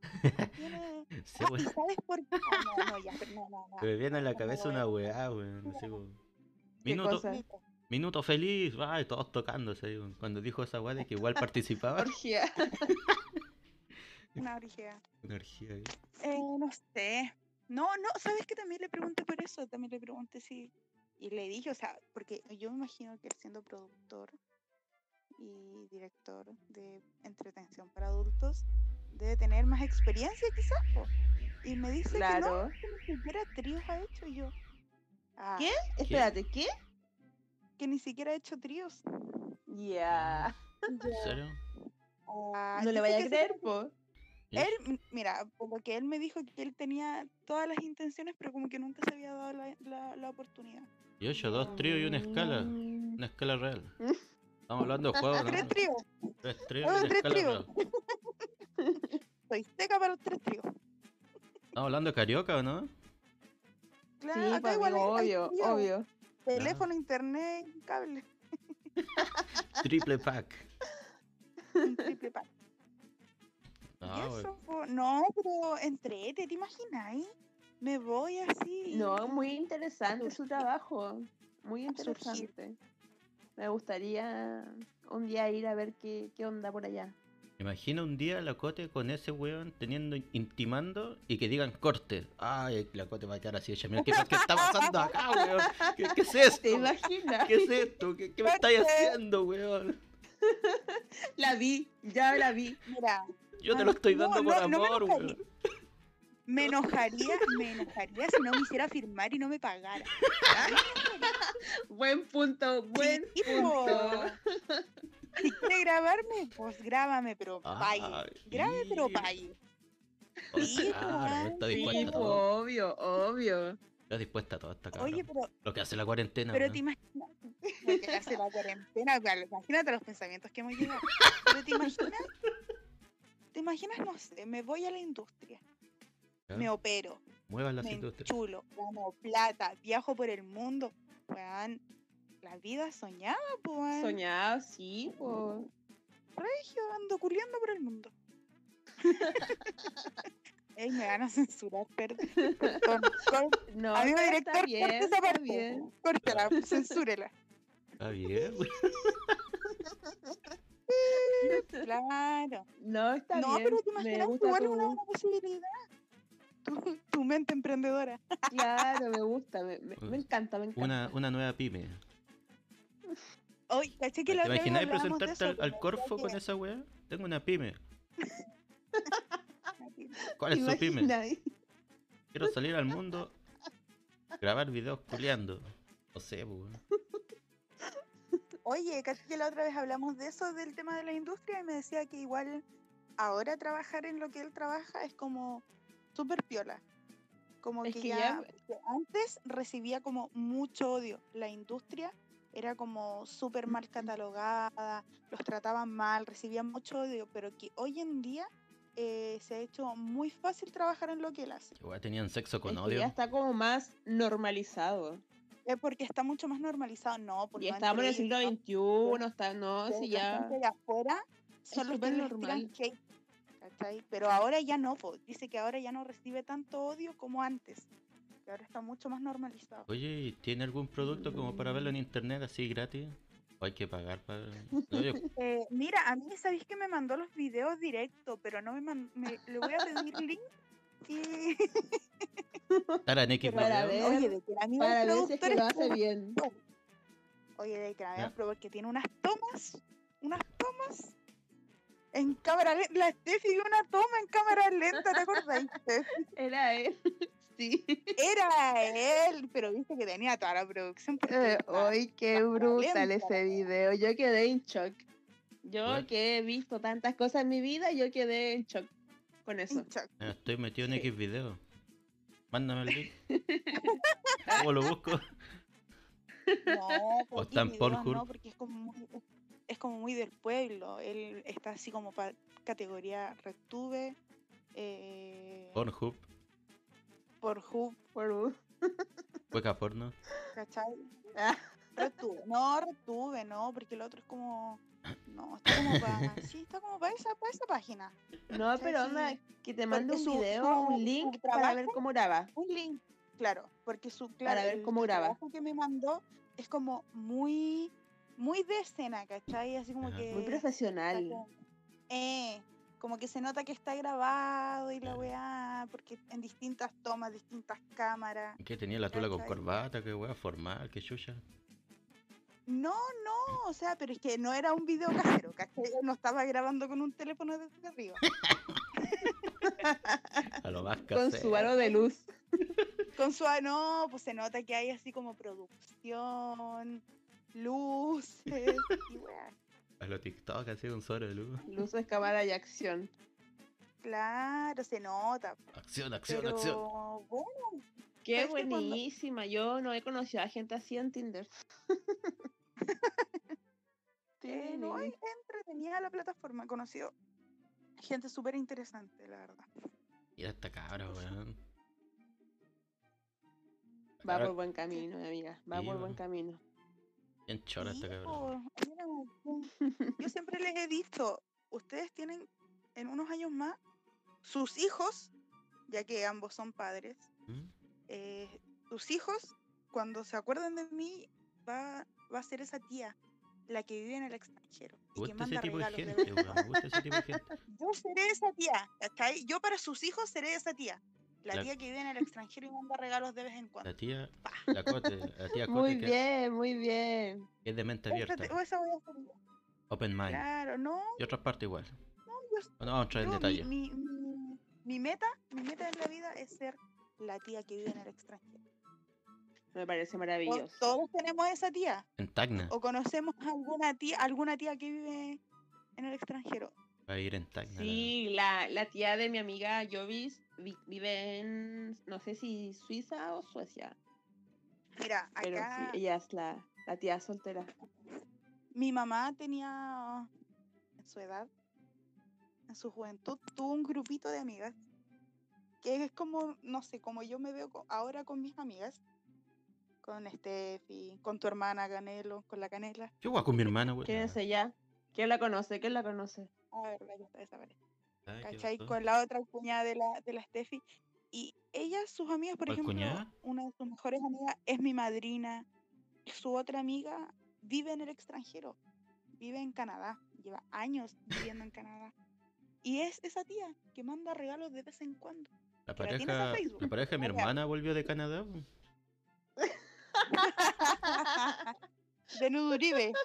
Speaker 3: Tiene-
Speaker 1: Sí,
Speaker 3: Ah, ¿y
Speaker 1: weón.
Speaker 3: sabes por qué? Ah, no, no, ya, pero no, no, no.
Speaker 1: Se me viene a la
Speaker 3: no me
Speaker 1: cabeza
Speaker 3: voy a
Speaker 1: una weá, weón. así como,
Speaker 2: ¿Qué
Speaker 1: Minuto,
Speaker 2: cosa?
Speaker 3: Mito.
Speaker 1: minuto feliz, va, y todos tocándose. ahí, weón. Cuando dijo esa weá de que igual participaba,
Speaker 2: Orgía.
Speaker 3: Una orgía.
Speaker 1: energía. ahí.
Speaker 3: Eh, no sé. No, no, ¿sabes que También le pregunté por eso, también le pregunté si... Y le dije, o sea, porque yo me imagino que él siendo productor y director de entretención para adultos, debe tener más experiencia quizás. po. Y me dice
Speaker 2: Claro.
Speaker 3: que no, que ni siquiera tríos ha hecho y yo. ah,
Speaker 2: Espérate, ¿qué?
Speaker 3: Que ni siquiera ha hecho tríos.
Speaker 2: Ya.
Speaker 1: ¿En serio?
Speaker 3: Ah,
Speaker 2: No le
Speaker 3: dice
Speaker 2: vaya a
Speaker 3: que se-
Speaker 2: creer, po.
Speaker 1: ¿Ya?
Speaker 3: Él, m- mira, por lo que él me dijo que él tenía todas las intenciones, pero como que nunca se había dado la, la- la oportunidad.
Speaker 1: Y ocho, dos tríos y una escala.
Speaker 2: Mm.
Speaker 1: Una escala real. Estamos hablando de juegos, ¿no?
Speaker 3: Tres tríos,
Speaker 1: Tres tríos y
Speaker 3: Ah,
Speaker 1: una
Speaker 3: tres
Speaker 1: escala
Speaker 3: tríos.
Speaker 1: real.
Speaker 3: soy seca para los tres tríos.
Speaker 1: Estamos hablando de carioca, ¿o no?
Speaker 3: Claro,
Speaker 2: Sí,
Speaker 3: acá igual
Speaker 2: po,
Speaker 3: hay- hay
Speaker 2: amigo, obvio,
Speaker 3: trío,
Speaker 2: obvio.
Speaker 3: Teléfono, internet, cable,
Speaker 1: Triple pack.
Speaker 3: un triple pack. Y
Speaker 1: Ah, wey.
Speaker 3: eso, po, no, pero entrete, ¿te imaginas? eh? Me voy así.
Speaker 2: No, muy interesante su
Speaker 3: surgir.
Speaker 2: trabajo. Muy
Speaker 3: A surgir.
Speaker 2: interesante. Me gustaría un día ir a ver qué, qué onda por allá.
Speaker 1: Imagina un día la Cote con ese weón teniendo, intimando y que digan corte. Ay, la Cote va a quedar así hecha. Mira, ¿qué, qué está pasando acá, weón? ¿Qué, qué es
Speaker 2: ¿Te
Speaker 1: esto?
Speaker 2: imaginas?
Speaker 1: ¿Qué es esto? ¿Qué, qué me estáis
Speaker 3: Corte.
Speaker 1: haciendo, weón?
Speaker 2: La vi, ya la vi.
Speaker 3: Mira,
Speaker 1: Yo te lo estoy
Speaker 3: No,
Speaker 1: dando
Speaker 3: Ah, no,
Speaker 1: por
Speaker 3: no me
Speaker 1: amor,
Speaker 3: enojaría.
Speaker 1: weón.
Speaker 3: me enojaría, me enojaría si no me hiciera firmar y no me pagara. Ah,
Speaker 2: Buen punto, buen
Speaker 3: Sí, po.
Speaker 2: punto.
Speaker 3: Si quiere grabarme, pues grábame, pero pague.
Speaker 1: Ay,
Speaker 3: Grábame, pero
Speaker 1: mira.
Speaker 3: pague.
Speaker 1: Oh,
Speaker 3: Sí,
Speaker 1: claro,
Speaker 3: weón,
Speaker 1: está
Speaker 3: sí,
Speaker 1: dispuesta a
Speaker 2: po,
Speaker 1: todo.
Speaker 2: obvio, obvio.
Speaker 1: Está dispuesta a todo esta cabrón.
Speaker 3: Oye, pero,
Speaker 1: Lo que hace la cuarentena,
Speaker 3: pero
Speaker 1: weón.
Speaker 3: te imaginas. Hay que darse la cuarentena, claro, imagínate los pensamientos que hemos llegado. Pero te imaginas. Te imaginas, no sé, me voy a la industria,
Speaker 1: Ya,
Speaker 3: me opero,
Speaker 1: Muevan las
Speaker 3: me
Speaker 1: industrias.
Speaker 3: enchulo, gano plata, viajo por el mundo. Weón, la vida soñada, pues. weón.
Speaker 2: Soñado, sí, po.
Speaker 3: regio, ando culiando por el mundo. Ey, me van a censurar, perdón. perdón, cor-
Speaker 2: No,
Speaker 3: Amigo
Speaker 2: pero
Speaker 3: director,
Speaker 2: está bien,
Speaker 3: corte esa
Speaker 2: está
Speaker 3: parte.
Speaker 2: bien.
Speaker 3: Córtela, censúrela.
Speaker 1: Está bien, weón.
Speaker 3: Claro.
Speaker 2: No, está
Speaker 3: no,
Speaker 2: bien.
Speaker 3: pero te
Speaker 2: me
Speaker 3: imaginas,
Speaker 2: gusta
Speaker 3: igual es
Speaker 2: tu-
Speaker 3: una buena posibilidad. Tu, tu mente emprendedora.
Speaker 2: Claro, me gusta, me, me- me
Speaker 1: Una-
Speaker 2: encanta, me encanta.
Speaker 1: Una, una nueva pyme.
Speaker 3: Hoy, caché que
Speaker 1: ¿Te
Speaker 3: la otra vez
Speaker 1: imaginas
Speaker 3: hablábamos de
Speaker 1: presentarte
Speaker 3: eso,
Speaker 1: al, al
Speaker 3: como
Speaker 1: Corfo con
Speaker 3: que-
Speaker 1: esa weá? Tengo una pyme. ¿Cuál es su pyme?
Speaker 2: Imagina ahí.
Speaker 1: Quiero salir al mundo, grabar videos culeando. No sé, pues, weón.
Speaker 3: Oye, caché que la otra vez hablamos de eso, del tema de la industria, y me decía que igual ahora trabajar en lo que él trabaja es como súper piola. Como
Speaker 2: Es
Speaker 3: que,
Speaker 2: que
Speaker 3: ya,
Speaker 2: ya-
Speaker 3: porque antes recibía como mucho odio. La industria era como súper mal catalogada, los trataban mal, recibían mucho odio, pero que hoy en día eh, se ha hecho muy fácil trabajar en lo que él hace.
Speaker 1: Que weá, tenían sexo
Speaker 2: Es
Speaker 1: con
Speaker 2: que
Speaker 1: odio.
Speaker 2: ya está como más normalizado.
Speaker 3: Es eh, porque está mucho más normalizado. No,
Speaker 2: Y
Speaker 3: porque
Speaker 2: estamos en el siglo XXI, está, no,
Speaker 3: que
Speaker 2: si
Speaker 3: la
Speaker 2: ya.
Speaker 3: gente de afuera son los que
Speaker 2: súper
Speaker 3: les tiran
Speaker 2: normal.
Speaker 3: hate, ¿cachai? Pero ahora ya no, po. dice que ahora ya no recibe tanto odio como antes, que ahora está mucho más normalizado.
Speaker 1: Oye, ¿y ¿tiene algún producto como para verlo en internet así gratis? ¿O hay que pagar para.? No, yo-
Speaker 3: Eh, mira, a mí sabéis que me mandó los videos directo, pero no me, man- me- le voy a pedir link y
Speaker 1: Tara en X
Speaker 2: Para
Speaker 1: video.
Speaker 2: ver.
Speaker 3: oye de que la amiga
Speaker 2: Para
Speaker 3: del
Speaker 2: ver si es
Speaker 3: productor
Speaker 2: que lo
Speaker 3: es
Speaker 2: hace
Speaker 3: pro-
Speaker 2: bien.
Speaker 3: oye de que la
Speaker 1: Ya.
Speaker 3: amiga del productor que tiene unas tomas, unas tomas en cámara lenta, la Steffi vio una toma en cámara lenta, ¿te acordáis? Steffi?
Speaker 2: Era él. Sí.
Speaker 3: Era él, pero viste que tenía toda la producción. porque
Speaker 2: Eh,
Speaker 3: estaba-
Speaker 2: Ay, qué
Speaker 3: está
Speaker 2: brutal
Speaker 3: lenta la
Speaker 2: ese video. Yo quedé en shock. Yo
Speaker 1: Bueno.
Speaker 2: que he visto tantas cosas en mi vida, yo quedé en shock con eso.
Speaker 3: Chuck,
Speaker 1: Ah, Estoy metido en
Speaker 2: Sí.
Speaker 1: X video. Mándame el link. ¿Cómo lo busco?
Speaker 3: No, porque
Speaker 1: está en
Speaker 3: videos
Speaker 1: Pornhub.
Speaker 3: no, porque es como muy, es como muy del pueblo. Él está así como para categoría RedTube, eh,
Speaker 1: Pornhub,
Speaker 3: Pornhub,
Speaker 2: Por un-
Speaker 1: Cueca Porno.
Speaker 3: ¿cachai?
Speaker 2: Ah,
Speaker 3: RedTube. No, RedTube, no, porque el otro es como... No, está como para... Sí, está como para esa, para esa página.
Speaker 2: no,
Speaker 3: Sí,
Speaker 2: pero
Speaker 3: sí.
Speaker 2: onda, que te mande un
Speaker 3: su-
Speaker 2: video,
Speaker 3: su-
Speaker 2: un
Speaker 3: su
Speaker 2: link para ver
Speaker 3: trabajo-
Speaker 2: cómo graba.
Speaker 3: un link, claro, porque su claro,
Speaker 2: ver
Speaker 3: el
Speaker 2: cómo graba.
Speaker 3: trabajo que me mandó es como muy muy de escena, ¿cachai? Así como
Speaker 1: Ajá.
Speaker 3: que
Speaker 1: Muy
Speaker 2: Muy
Speaker 3: está
Speaker 2: profesional.
Speaker 3: como, eh, como que se nota que está grabado y la
Speaker 1: Claro.
Speaker 3: weá, porque en distintas tomas, distintas cámaras.
Speaker 1: ¿Qué tenía la tula con
Speaker 3: ¿Cachai?
Speaker 1: corbata? ¿Qué weá? Formal, qué chucha.
Speaker 3: No, no, o sea, pero es que no era un video casero, ¿cachai? Él No estaba grabando con un teléfono desde arriba.
Speaker 1: A lo más
Speaker 2: Con su aro de luz.
Speaker 3: Con su ah, no, pues se nota que hay así como producción, luces y weá.
Speaker 1: A los TikTok así un solo de luz.
Speaker 2: Luces, cámara y acción.
Speaker 3: Claro, se nota.
Speaker 1: Acción, acción,
Speaker 3: Pero
Speaker 1: acción.
Speaker 3: wow,
Speaker 2: Qué
Speaker 3: ¿Sabes que cuando-
Speaker 2: buenísima. Yo no he conocido a gente así en Tinder.
Speaker 3: eh, no,
Speaker 2: Tiene.
Speaker 3: es entretenida la plataforma. He conocido gente súper interesante, la verdad.
Speaker 1: Mira esta cabra, weón.
Speaker 2: Va
Speaker 1: Cabra
Speaker 3: pues,
Speaker 2: por buen camino, mi amiga. Va
Speaker 1: Sí,
Speaker 2: por buen
Speaker 1: va.
Speaker 2: camino.
Speaker 1: Bien chora esta
Speaker 3: Sí, pues.
Speaker 1: cabra.
Speaker 3: po, mira, po. Yo siempre les he dicho, ustedes tienen en unos años más sus hijos, ya que ambos son padres,
Speaker 1: ¿Mm?
Speaker 3: eh, sus hijos, cuando se acuerden de mí, va, va a ser esa tía, la que vive en el extranjero.
Speaker 1: Me
Speaker 3: Y que
Speaker 1: gusta ese
Speaker 3: manda
Speaker 1: tipo de
Speaker 3: regalos de
Speaker 1: gente, weón.
Speaker 3: verdad.
Speaker 1: Me gusta ese tipo de gente.
Speaker 3: Yo seré esa tía, ¿cachai? Yo para sus hijos seré esa tía. La
Speaker 1: La-
Speaker 3: tía que vive en el extranjero y manda regalos de vez en
Speaker 1: La
Speaker 3: cuando.
Speaker 1: tía, la Cote, la tía
Speaker 2: Muy
Speaker 1: Cote que
Speaker 2: bien, muy bien.
Speaker 1: que es de mente
Speaker 3: Esa
Speaker 1: abierta.
Speaker 3: te- o esa voy a ser yo.
Speaker 1: Open mind.
Speaker 3: Claro, no,
Speaker 1: Y otras partes igual.
Speaker 3: yo
Speaker 1: Bueno, vamos a entrar en
Speaker 3: Yo,
Speaker 1: detalle.
Speaker 3: Mi, mi- mi- mi meta, mi meta en la vida es ser la tía que vive en el extranjero.
Speaker 2: Me parece
Speaker 3: O-
Speaker 2: maravilloso.
Speaker 3: todos tenemos esa tía.
Speaker 1: En Tacna.
Speaker 3: O conocemos alguna tía, alguna tía que vive en el extranjero.
Speaker 1: Va a ir en Tacna. la-
Speaker 2: Sí, la, la tía de mi amiga Jovis vi- vive en, no sé si Suiza o Suecia,
Speaker 3: Mira,
Speaker 2: pero
Speaker 3: acá
Speaker 2: sí, ella es la, la tía soltera.
Speaker 3: mi mamá tenía en su edad, en su juventud, tuvo un grupito de amigas. Que es como, no sé, como yo me veo co- ahora con mis amigas. Con Steffi, con tu hermana Canelo, con la Canela.
Speaker 1: Yo voy con mi hermana, weón.
Speaker 2: ¿Quién es ella? ¿Quién la conoce? ¿Quién la conoce?
Speaker 3: A ver, ya está, desaparece.
Speaker 1: Ay, Ah, qué
Speaker 3: ¿cachai?
Speaker 1: bacán.
Speaker 3: Con la otra cuñada de la, de la Steffi. Y ellas, sus amigas, por
Speaker 1: ¿Cuál
Speaker 3: ejemplo,
Speaker 1: cuñada?
Speaker 3: una de sus mejores amigas es mi madrina. Su otra amiga vive en el extranjero, vive en Canadá, lleva años viviendo en Canadá. Y es esa tía que manda regalos de vez en cuando.
Speaker 1: La
Speaker 3: que la tienes en
Speaker 1: pareja,
Speaker 3: Facebook,
Speaker 1: la pareja de mi
Speaker 3: la real.
Speaker 1: hermana volvió de Canadá. weón.
Speaker 3: De Nuduribe.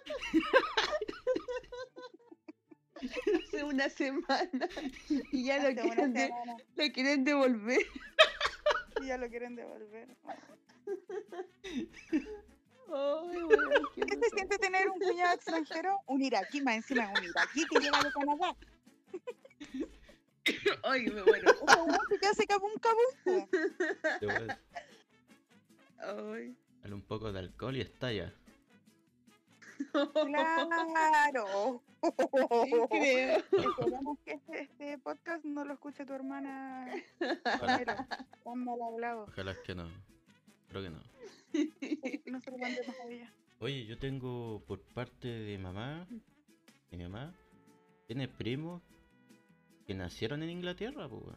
Speaker 2: Hace una semana y ya lo
Speaker 3: hace una
Speaker 2: quieren, de-
Speaker 3: semana,
Speaker 2: lo quieren devolver.
Speaker 3: y ya lo quieren devolver.
Speaker 2: Ay, weón, qué
Speaker 3: ¿Qué se
Speaker 2: horror.
Speaker 3: siente tener un cuñado extranjero? Un iraquí, más encima un iraquí que llega de Canadá.
Speaker 2: Ay, me muero.
Speaker 3: Un huevón que hace cabum cabum. po.
Speaker 1: Le voy a
Speaker 2: Ay.
Speaker 1: darle un poco de alcohol y estalla.
Speaker 3: Claro.
Speaker 2: Sí, creo.
Speaker 3: Esperamos que este, este podcast no lo escuche tu hermana. Pero, tan mal hablado.
Speaker 1: Ojalá que no. Creo que no.
Speaker 3: No se lo mandemos a ella.
Speaker 1: Oye, yo tengo por parte de mamá, de mi mamá, tiene primos que nacieron en Inglaterra, pues. weón.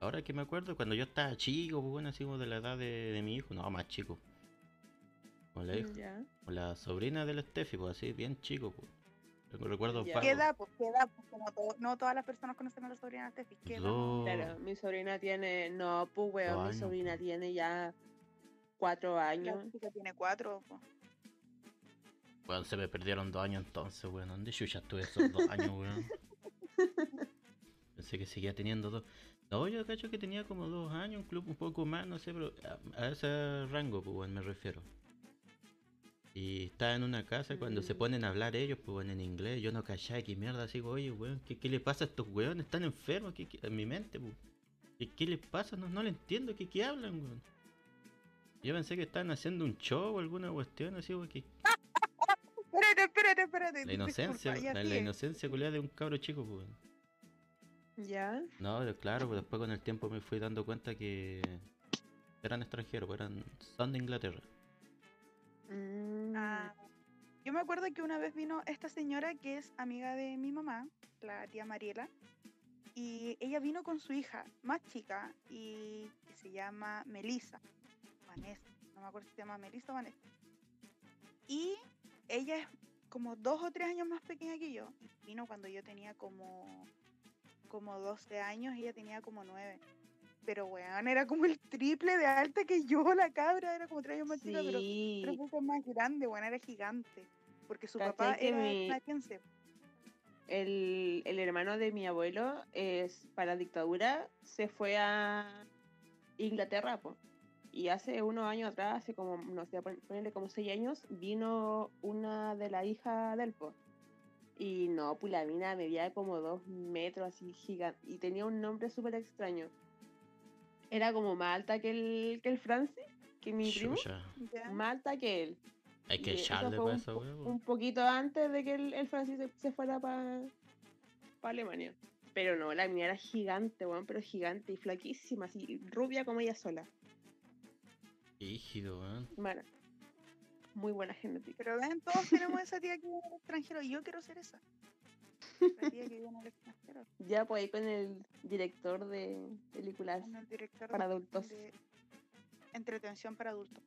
Speaker 1: Ahora que me acuerdo, cuando yo estaba chico, pues bueno, así como de la edad de, de mi hijo, no, más chico. Como la, hija-
Speaker 2: Mm, Ya.
Speaker 1: como la sobrina del Steffi, pues así, bien chico, pues. Tengo recuerdos
Speaker 2: Ya.
Speaker 1: vagos.
Speaker 3: ¿Qué edad? Pues, ¿Qué edad? Pues, como to- no todas las personas conocen a la sobrina pues, de Steffi. ¿Qué edad?
Speaker 1: Dos-
Speaker 2: Claro, mi sobrina tiene. No, pues, weón, mi
Speaker 1: años,
Speaker 2: sobrina
Speaker 1: po.
Speaker 2: tiene ya cuatro
Speaker 3: La
Speaker 2: años.
Speaker 3: chica tiene cuatro. pues. po.
Speaker 1: Weón, se me perdieron dos años entonces, weón. ¿Dónde chucha estuve esos dos años, weón? Pensé que seguía teniendo dos. No, yo cacho que tenía como dos años, un club un poco más, no sé, pero a, a ese rango, pues, weón, me refiero. Y estaba en una casa cuando se
Speaker 2: Mm.
Speaker 1: ponen a hablar ellos, pues, weón, en inglés. Yo no cachaba, qué mierda, así, oye, weón, ¿qué, qué le pasa a estos weones? Están enfermos, ¿qué, qué- en mi mente, pues. ¿Qué, qué les pasa? No, no le entiendo, ¿qué, qué hablan, weón? Yo pensé que estaban haciendo un show o alguna cuestión así, weón, que,
Speaker 3: Espérate, espérate, espérate.
Speaker 1: la inocencia,
Speaker 3: disculpa, ya
Speaker 1: la, la
Speaker 3: sigue.
Speaker 1: inocencia culiada de un cabro chico, pues. weón.
Speaker 2: Ya.
Speaker 1: No, pero claro, pues después con el tiempo me fui dando cuenta que eran extranjeros, pues, eran son de Inglaterra.
Speaker 2: Mm.
Speaker 3: Ah, yo me acuerdo que una vez vino esta señora que es amiga de mi mamá, la tía Mariela, y ella vino con su hija más chica y que se llama Melissa, Vanessa, no me acuerdo si se llama Melissa o Vanessa. Y ella es como dos o tres años más pequeña que yo. y Vino cuando yo tenía como, como 12 años, ella tenía como 9. Pero weón, era como el triple de alta que yo, la cabra, era como tres años más chica, pero
Speaker 2: Sí.
Speaker 3: tres veces más grande, bueno, era gigante. Porque su
Speaker 2: ¿Cachai
Speaker 3: papá
Speaker 2: que
Speaker 3: era
Speaker 2: mi-
Speaker 3: canadiense.
Speaker 2: El, el hermano de mi abuelo es para la dictadura se fue a Inglaterra, po. Y hace unos años atrás, hace como, no sé, pon- ponele como seis años, vino una de la hija del po. Y no, pues la mina medía como dos metros, así gigante. Y tenía un nombre súper extraño. Era como más alta que el, que el Francis, que mi primo.
Speaker 1: Chucha.
Speaker 3: Ya.
Speaker 2: Más alta que él.
Speaker 1: Hay
Speaker 2: Y
Speaker 1: que
Speaker 2: eso
Speaker 1: echarle
Speaker 2: fue
Speaker 1: para
Speaker 2: un
Speaker 1: esa
Speaker 2: po-
Speaker 1: wea, po.
Speaker 2: Un poquito antes de que el, el Francis se, se fuera para Alemania. Pero no, la mía era gigante, weón, pero gigante y flaquísima, así, rubia como ella sola.
Speaker 1: Rígido, weón.
Speaker 2: Mara. Muy buena genética.
Speaker 3: Pero ven, todos tenemos esa tía que viene al extranjero. y Yo quiero ser esa. La tía que viene al extranjero.
Speaker 2: Ya pues ahí con el director de películas.
Speaker 3: Con el director
Speaker 2: Para
Speaker 3: de-
Speaker 2: adultos.
Speaker 3: de entretención para adultos.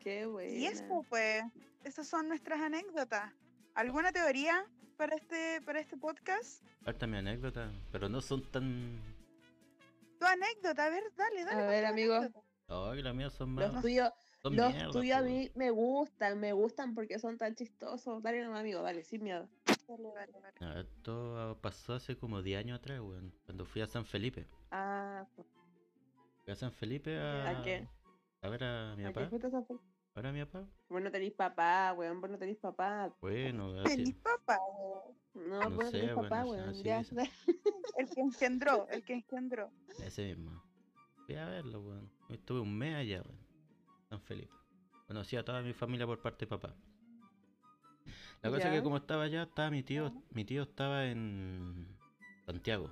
Speaker 2: Qué buena.
Speaker 3: Y eso, pues, esas son nuestras anécdotas. ¿Alguna teoría para este, para este podcast?
Speaker 1: Falta mi anécdota, pero no son tan.
Speaker 3: Tu anécdota, a ver, dale, dale.
Speaker 2: A
Speaker 3: con
Speaker 2: ver,
Speaker 3: tu
Speaker 2: amigo.
Speaker 3: anécdota.
Speaker 1: Ay, las mías son más.
Speaker 2: Los tuyos,
Speaker 1: son
Speaker 2: los
Speaker 1: mierda,
Speaker 2: tuyos a
Speaker 1: po, weón.
Speaker 2: mí me gustan, me gustan porque son tan chistosos. Dale nomás, amigo, dale, sin miedo.
Speaker 3: Dale, dale, dale.
Speaker 1: No, esto ah, pasó hace como 10 años atrás, weón. Cuando fui a San Felipe.
Speaker 2: Ah, pues,
Speaker 1: Fui a San Felipe
Speaker 3: Ya.
Speaker 1: a.
Speaker 2: ¿A qué?
Speaker 1: a ver a mi
Speaker 2: ¿a qué
Speaker 1: papá.
Speaker 2: fuiste a San Fel-
Speaker 1: A ver a mi papá.
Speaker 2: Vos no tenéis papá, weón, vos no tenéis papá.
Speaker 1: Bueno,
Speaker 3: Feliz
Speaker 1: así.
Speaker 3: papá, weón.
Speaker 2: No,
Speaker 1: No
Speaker 2: vos no
Speaker 1: sé,
Speaker 2: tenéis
Speaker 1: weón,
Speaker 2: papá,
Speaker 1: no sé,
Speaker 2: weón.
Speaker 1: así
Speaker 2: Ya,
Speaker 1: dicen.
Speaker 2: dale.
Speaker 3: El que engendró, el que engendró.
Speaker 1: Ese mismo. Fui a verlo, weón. Estuve un mes allá, weón. San Felipe. Conocí a toda mi familia por parte de papá. La cosa es
Speaker 2: Ya.
Speaker 1: que como estaba allá, estaba mi tío, mi tío estaba en Santiago.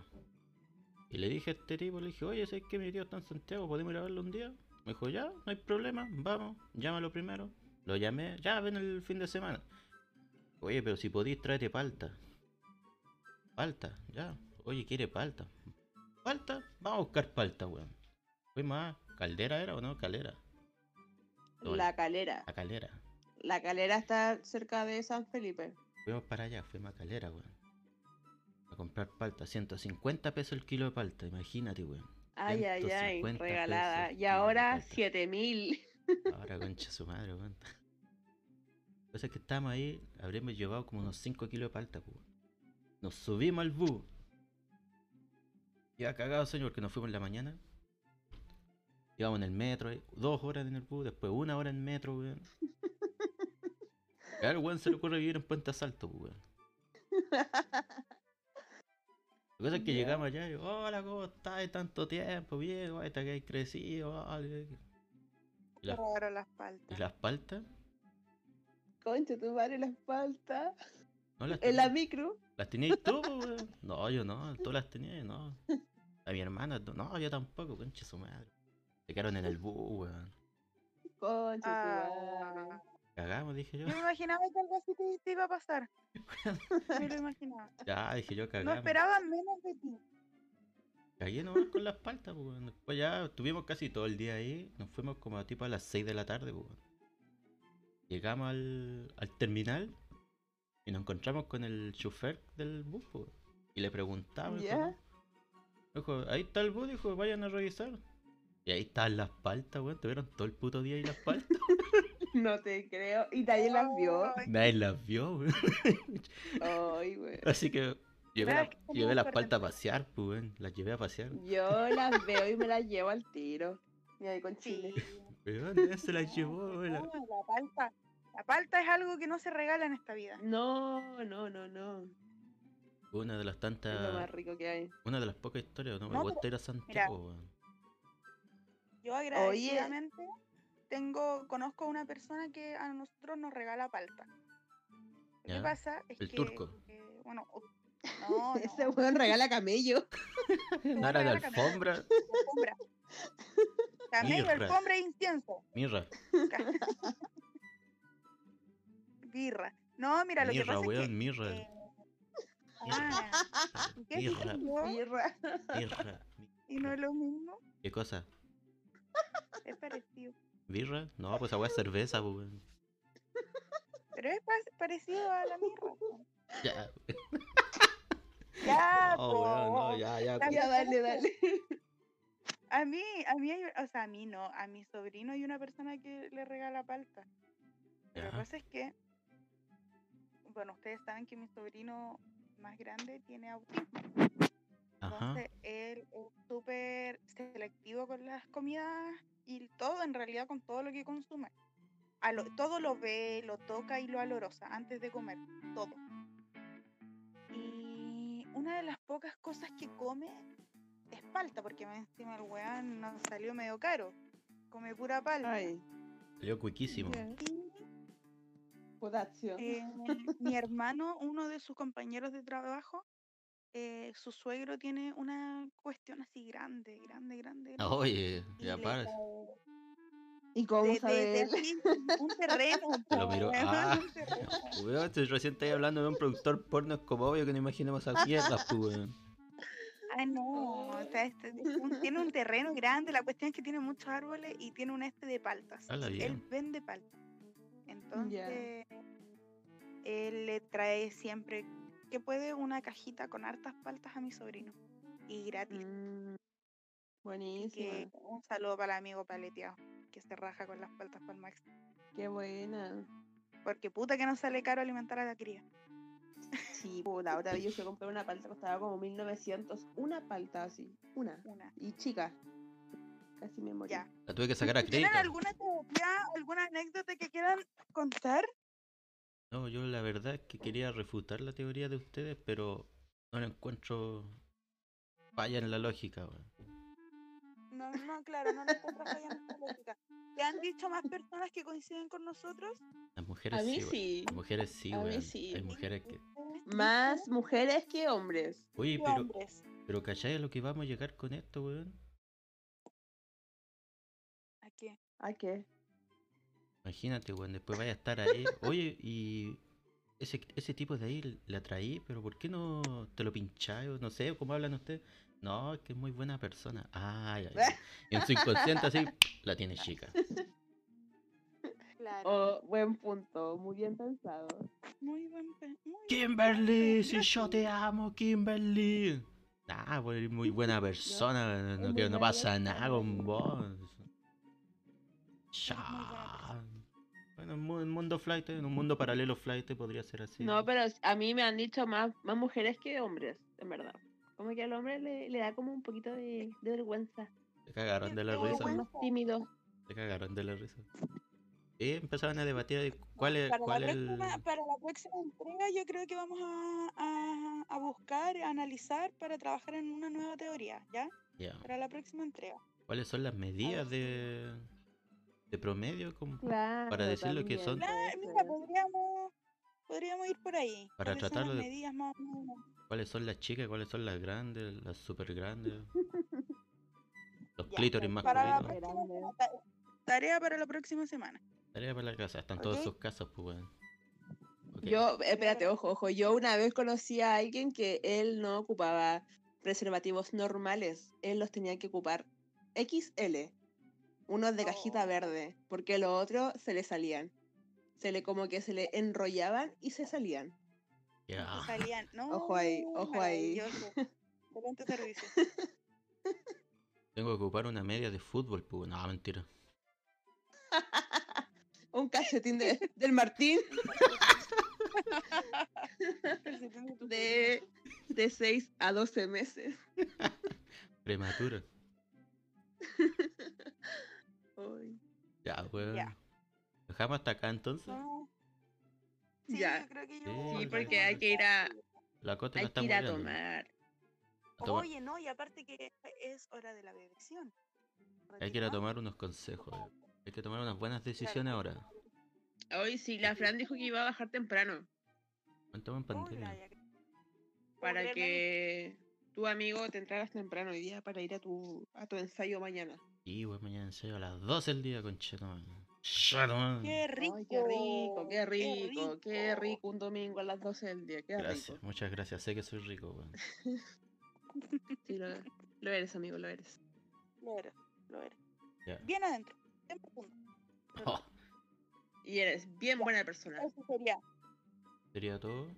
Speaker 1: Y le dije a este tipo, le dije, oye, ¿sabes que mi tío está en Santiago? ¿Podemos ir a verlo un día? Me dijo, ya, no hay problema, vamos, llámalo primero. Lo llamé, ya, ven el fin de semana. Oye, pero si podís, tráete palta. Palta, ya. Oye, quiere palta. Palta, vamos a buscar palta, weón. Fuimos a Caldera, ¿era o no? Calera. Dale.
Speaker 2: La calera.
Speaker 1: A Calera.
Speaker 2: La calera está cerca de San Felipe.
Speaker 1: Fuimos para allá, fuimos a Calera, weón. A comprar palta, 150 pesos el kilo de palta, imagínate, weón.
Speaker 2: Ay, ay, ay,
Speaker 1: 150
Speaker 2: regalada.
Speaker 1: pesos,
Speaker 2: Y
Speaker 1: no,
Speaker 2: ahora
Speaker 1: falta.
Speaker 2: 7000.
Speaker 1: Ahora Ah, concha su madre, weón. Entonces que estábamos ahí, habremos llevado como unos 5 kilos de palta, pues, weón. Nos subimos al bus. Iba cagado, señor, porque nos fuimos en la mañana. Íbamos en el metro, eh, dos horas en el bus, después una hora en metro, weón. Claro, weón, se le ocurre vivir en Puente Asalto, pues, weón. La cosa es que
Speaker 2: Ya.
Speaker 1: llegamos allá y yo, hola, ¿cómo estás? Tanto tiempo, viejo, ahí está que hay crecido, vale". Y las-
Speaker 3: Claro, las
Speaker 1: y
Speaker 3: paltas.
Speaker 1: las paltas
Speaker 2: Concha, tu madre la espalda.
Speaker 1: No las
Speaker 2: En la
Speaker 1: tenía.
Speaker 2: micro.
Speaker 1: ¿Las tenías tú, po, weón? No, yo no, tú las tenías, no. A mi hermana, no, no, yo tampoco, concha su madre. Se quedaron en el bus, weón.
Speaker 2: Concha, tu madre.
Speaker 3: Ah,
Speaker 1: Cagamos, dije yo.
Speaker 3: yo me imaginaba que algo así te, te iba a pasar. Me lo imaginaba.
Speaker 1: Ya, dije yo,
Speaker 3: No
Speaker 1: cagamos.
Speaker 3: esperaba menos de ti.
Speaker 1: Cagué nomás con las paltas, po, weón. Después ya estuvimos casi todo el día ahí. Nos fuimos como a tipo a las 6 de la tarde, po, weón. Llegamos al, al terminal y nos encontramos con el chofer del bus, po, weón. Y le preguntamos. dijo,
Speaker 2: Ya.
Speaker 1: "No". Dijo, ahí está el bus, dijo, vayan a revisar. Y ahí estaban las paltas, weón. Tuvieron todo el puto día ahí las paltas.
Speaker 2: No te creo. Y nadie las vio.
Speaker 3: Ay,
Speaker 1: Nadie las vio, weón.
Speaker 2: Ay, güey.
Speaker 1: Así que llevé,
Speaker 3: Nada,
Speaker 1: la-
Speaker 3: que tenía
Speaker 1: llevé las
Speaker 3: suerte.
Speaker 1: paltas a pasear, pues, weón. Las llevé a pasear.
Speaker 2: Yo las veo y me las llevo al tiro. Y ahí con Chile.
Speaker 3: Sí.
Speaker 1: Weón, ya se las
Speaker 3: no,
Speaker 1: llevó,
Speaker 3: pues
Speaker 1: weón.
Speaker 3: no, la palta. La palta es algo que no se regala en esta vida.
Speaker 2: No, no, no, no.
Speaker 1: Una de las
Speaker 2: Es lo
Speaker 1: tantas.
Speaker 2: más rico que hay.
Speaker 1: Una de las pocas historias, no me
Speaker 3: No,
Speaker 1: gusta ir a Santiago, weón.
Speaker 3: Yo agradecidamente tengo, conozco a una persona que a nosotros nos regala palta. Lo que
Speaker 1: Ya,
Speaker 3: pasa es
Speaker 1: el
Speaker 3: que.
Speaker 1: turco.
Speaker 3: eh, bueno, o- no, no,
Speaker 2: Ese weón regala camello.
Speaker 1: No era de
Speaker 3: regala camello.
Speaker 1: alfombra,
Speaker 3: alfombra. Camello,
Speaker 1: Mirra.
Speaker 3: alfombra e incienso.
Speaker 1: mirra.
Speaker 3: Birra. No, mira, lo que
Speaker 1: Mirra,
Speaker 3: pasa es que.
Speaker 1: weón, mirra.
Speaker 3: eh,
Speaker 1: Mirra.
Speaker 3: ah, ¿qué
Speaker 1: Mirra,
Speaker 3: dije yo?
Speaker 2: Birra.
Speaker 1: mirra.
Speaker 3: Y no es lo mismo,
Speaker 1: ¿Qué cosa?
Speaker 3: es parecido.
Speaker 1: ¿Birra? No, pues agua es cerveza, pues, weón.
Speaker 3: Pero es pa- parecido a la mirra.
Speaker 1: Ya, no, Ah,
Speaker 3: Ya,
Speaker 1: weón, no,
Speaker 3: Ah, po.
Speaker 1: ya, ya.
Speaker 3: Está
Speaker 2: Ya, dale, dale.
Speaker 3: A mí, a mí, hay- o sea, a mí no, a mi sobrino hay una persona que le regala palta. Pero lo que
Speaker 1: Ya,
Speaker 3: pasa es que, bueno, ustedes saben que mi sobrino más grande tiene autismo.
Speaker 1: Ajá.
Speaker 3: Entonces, él es súper selectivo con las comidas y todo, en realidad, con todo lo que consume. alo- todo lo ve, lo toca y lo alorosa antes de comer, todo. Y una de las pocas cosas que come es palta, porque más encima el weón nos salió medio caro. Come pura palta.
Speaker 2: Ay,
Speaker 1: Salió cuiquísimo.
Speaker 2: ya.
Speaker 3: Y
Speaker 2: Potasio.
Speaker 3: eh, mi hermano, uno de sus compañeros de trabajo, eh, su suegro tiene una cuestión así grande, grande, grande. grande,
Speaker 1: Ah, Oye,
Speaker 3: y
Speaker 1: ya
Speaker 3: le
Speaker 1: paras.
Speaker 3: cae-
Speaker 2: ¿Y cómo
Speaker 3: de- de- de
Speaker 2: sabe él?
Speaker 3: así, un terreno.
Speaker 1: Te lo
Speaker 3: po,
Speaker 1: miro.
Speaker 3: weón,
Speaker 1: Ah,
Speaker 3: un terreno.
Speaker 1: weón, si recién estáis hablando de un productor porno, es como obvio que no imaginemos esas mierdas, pues, weón.
Speaker 3: Ah, no, o sea, este- un- tiene un terreno grande, la cuestión es que tiene muchos árboles y tiene un este de paltas.
Speaker 1: Ala,
Speaker 3: y Él
Speaker 1: bien.
Speaker 3: vende paltas. Entonces, él le trae siempre que puede una cajita con hartas paltas a mi sobrino. Y gratis.
Speaker 2: Mm,
Speaker 3: así que
Speaker 2: buenísima.
Speaker 3: un saludo para el amigo paleteado, que se raja con las paltas para el max.
Speaker 2: Qué buena.
Speaker 3: Porque puta que no sale caro alimentar a la cría.
Speaker 2: Sí, po, la otra vez yo fui a comprar una palta, costaba como 1900. Una palta así, una.
Speaker 3: Una.
Speaker 2: Y chica. Casi me morí.
Speaker 3: Ya.
Speaker 1: La tuve que sacar a crédito.
Speaker 3: ¿Tienen alguna teoría, alguna anécdota que quieran contar?
Speaker 1: No, yo la verdad es que quería refutar la teoría de ustedes, pero no la encuentro falla en la lógica, weón.
Speaker 3: No, no, claro, no le encuentro falla en esta lógica. ¿Te han dicho más personas que coinciden con nosotros?
Speaker 1: Las mujeres
Speaker 2: A
Speaker 1: sí,
Speaker 2: mí
Speaker 1: weón.
Speaker 2: sí.
Speaker 1: Las mujeres sí,
Speaker 2: A mí
Speaker 1: weón.
Speaker 2: sí.
Speaker 1: Hay mujeres que.
Speaker 3: Ustedes
Speaker 2: Más
Speaker 3: dicen
Speaker 2: mujeres que hombres.
Speaker 1: Oye,
Speaker 3: que
Speaker 1: pero,
Speaker 3: hombres.
Speaker 1: pero ¿cachai a lo que vamos a llegar con esto, weón?
Speaker 3: ¿A qué?
Speaker 2: ¿A Ah, qué?
Speaker 1: Imagínate, weón, después vaya a estar ahí. Oye, y ese, ese tipo de ahí la traí, pero ¿por qué no te lo pincháis? O No sé, ¿cómo hablan ustedes? No, es que es muy buena persona. Ay, ay, ay. Y En su inconsciente así, la tiene chica.
Speaker 3: Claro.
Speaker 2: Oh, buen punto, muy bien pensado.
Speaker 3: Muy buen pe- muy
Speaker 1: Kimberly,
Speaker 3: bien,
Speaker 1: si yo te amo, Kimberly. Nah, vos eres muy buena persona, no,
Speaker 2: muy
Speaker 1: que no
Speaker 2: buena
Speaker 1: pasa
Speaker 2: persona.
Speaker 1: nada con vos.
Speaker 3: buena
Speaker 1: Ya. Bueno, en mu- en mundo flight, en un mundo paralelo flight podría ser así.
Speaker 2: No, pero s- a mí me han dicho más, más mujeres que hombres, en verdad. Como que al hombre le, le da como un poquito de, de vergüenza.
Speaker 1: Te cagaron de la
Speaker 3: Pero
Speaker 1: risa.
Speaker 2: Son
Speaker 3: bueno.
Speaker 2: más tímidos.
Speaker 1: Te cagaron de la risa. Y empezaban a debatir de cuál es,
Speaker 3: Para,
Speaker 1: cuál
Speaker 3: la
Speaker 1: es el...
Speaker 3: próxima, para la próxima entrega yo creo que vamos a, a- a buscar, a analizar para trabajar en una nueva teoría, ¿ya?
Speaker 1: ya,
Speaker 3: Para la próxima entrega.
Speaker 1: cuáles son las medidas
Speaker 3: sí.
Speaker 1: de, de promedio como
Speaker 2: Claro.
Speaker 1: decir lo que son.
Speaker 2: también
Speaker 3: Ah,
Speaker 2: puede
Speaker 3: mira,
Speaker 2: ser.
Speaker 3: podríamos, podríamos ir por ahí.
Speaker 1: Para
Speaker 3: ¿Cuáles son
Speaker 1: tratarlo
Speaker 3: las
Speaker 1: de-
Speaker 3: medidas más o menos?
Speaker 1: ¿Cuáles son las chicas? ¿Cuáles son las grandes? ¿Las super grandes? Los
Speaker 3: Ya,
Speaker 1: clítoris
Speaker 3: para la
Speaker 1: masculinos.
Speaker 3: próxima
Speaker 2: Grande.
Speaker 3: semana, ta- Tarea para la próxima semana.
Speaker 1: Tarea para la casa. Están todos
Speaker 3: Ok.
Speaker 1: sus casos, pues, weón. Ok.
Speaker 2: Yo, espérate,
Speaker 3: Claro.
Speaker 2: ojo, ojo. Yo una vez conocí a alguien que él no ocupaba preservativos normales. Él los tenía que ocupar XL, unos de cajita
Speaker 3: Oh.
Speaker 2: verde, porque los otros se le salían. Se le como que se le enrollaban y se salían.
Speaker 1: Ya.
Speaker 3: Y salían, no,
Speaker 2: Ojo ahí, ojo ahí.
Speaker 3: maravilloso. Excelente servicio.
Speaker 1: Tengo que ocupar una media de fútbol, pues. No, mentira.
Speaker 2: Un cachetín de- del Martín
Speaker 3: Excelente tu
Speaker 2: de, de 6 a 12 meses.
Speaker 1: Prematura.
Speaker 2: Ay,
Speaker 1: Ya, weón.
Speaker 3: Ya. Ah.
Speaker 1: Dejamos hasta acá entonces.
Speaker 3: No. Sí,
Speaker 2: Ya.
Speaker 3: yo creo que yo-
Speaker 1: Sí,
Speaker 2: Sí, porque hay que ir a,
Speaker 1: La cota no
Speaker 2: hay
Speaker 1: está
Speaker 2: que ir a
Speaker 1: muriendo.
Speaker 2: tomar.
Speaker 1: A tomar-
Speaker 3: Oye, no, y aparte que es hora de la bebección.
Speaker 1: Hay que ir a
Speaker 3: Retiramos.
Speaker 1: tomar unos consejos. weón. Hay que tomar unas buenas decisiones ahora.
Speaker 2: Hoy sí, la Fran dijo que iba a bajar temprano.
Speaker 1: Cuéntame en
Speaker 3: Hola,
Speaker 1: pandemia.
Speaker 3: ya que-
Speaker 2: para
Speaker 3: Pobre
Speaker 2: que tu amigo te entraras temprano hoy día para ir a tu, a tu ensayo mañana.
Speaker 1: Y, weón, mañana ensayo a las 12 del día, conchetumare.
Speaker 3: Nani.
Speaker 1: Chetumare.
Speaker 3: Qué rico.
Speaker 2: Ay, qué rico, qué rico, qué rico un domingo a las 12 del día, qué
Speaker 1: Gracias,
Speaker 2: rico.
Speaker 1: muchas gracias. Sé que soy rico, weón.
Speaker 2: Sí, lo, lo eres, amigo, lo eres.
Speaker 3: Lo era, lo era.
Speaker 1: Ya.
Speaker 3: Bien adentro. siempre junto.
Speaker 1: Oh,
Speaker 2: Y eres bien buena persona.
Speaker 3: Eso sería.
Speaker 1: sería todo.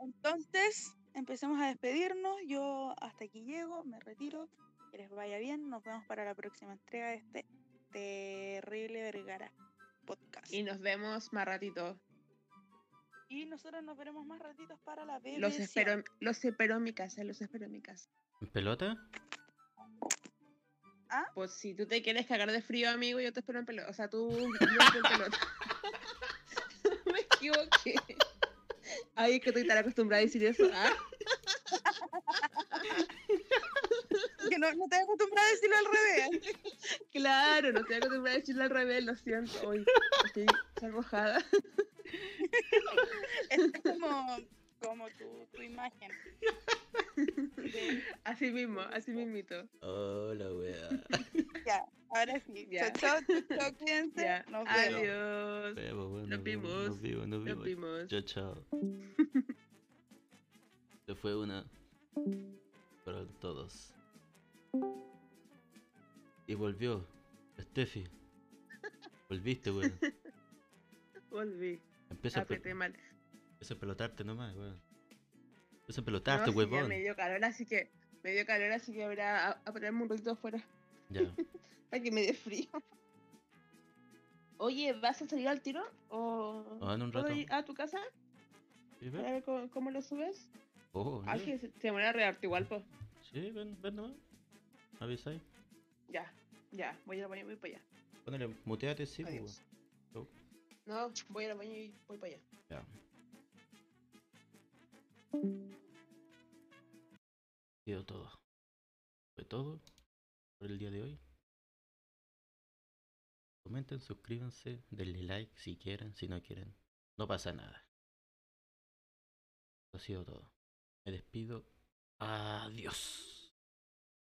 Speaker 3: Entonces, empecemos a despedirnos. Yo hasta aquí llego, me retiro. Que les vaya bien. Nos vemos para la próxima entrega de este terrible Vergara podcast.
Speaker 2: Y nos vemos más ratito.
Speaker 3: Y nosotros nos veremos más ratitos para la bebé.
Speaker 2: Los espero, en- los espero en mi casa, los espero en mi casa.
Speaker 1: ¿En pelota?
Speaker 2: Pues si tú te quieres cagar de frío, amigo, yo te espero en pelota. O sea, tú yo te espero en pelota. Ay, es que estoy tan acostumbrada a decir eso. Ah,
Speaker 3: Que no, no te has acostumbrado a decirlo al revés.
Speaker 2: claro, no estoy acostumbrada a decirlo al revés, lo siento. Hoy estoy arrojada.
Speaker 3: Es como, como tu, tu imagen. De-
Speaker 2: Así mismo, así mismito.
Speaker 1: Hola, wea.
Speaker 3: ya, ahora sí.
Speaker 2: Ya.
Speaker 3: Chao, chao, chao, cuídense.
Speaker 2: Ya,
Speaker 3: Nos vemos.
Speaker 2: adiós.
Speaker 1: Wea, pues, weón,
Speaker 2: Nos vimos,
Speaker 1: Nos vimos, nos
Speaker 2: Nos
Speaker 1: vimos.
Speaker 2: vimos.
Speaker 1: Chao, chao. Se fue una para todos. Y volvió. Steffi. Volviste, weón.
Speaker 2: Volví.
Speaker 1: Empieza a, pe-
Speaker 2: Apreté mal.
Speaker 1: empieza a pelotarte nomás, weón. Empieza a
Speaker 2: No,
Speaker 1: pelotarte,
Speaker 2: sí, ya
Speaker 1: Ah, huevón.
Speaker 2: me dio calor, así que. Me dio calor, así que habrá a, a ponerme un ratito afuera
Speaker 1: Ya.
Speaker 2: para que me dé frío. Oye, ¿vas a salir al tiro? ¿O
Speaker 1: Ah, en un
Speaker 2: puedo
Speaker 1: rato.
Speaker 2: ir a tu casa
Speaker 1: Sí,
Speaker 2: para
Speaker 1: ven.
Speaker 2: ver cómo, cómo lo subes?
Speaker 1: Oh,
Speaker 2: Ay,
Speaker 1: ya.
Speaker 2: Ah, que se, se me van a rearte igual, pues.
Speaker 1: Sí, ven, ven nomás. Avisáis.
Speaker 2: Ya, ya, voy al baño y voy para allá.
Speaker 1: Ponele, muteate, sí, pues,
Speaker 2: Adiós.
Speaker 1: weón. Chau.
Speaker 2: No, voy al baño y voy para allá.
Speaker 1: Ya. Quedó todo. Fue todo por el día de hoy. Comenten, suscríbanse, denle like si quieren, si no quieren. No pasa nada. Eso ha sido todo. Me despido. Adiós.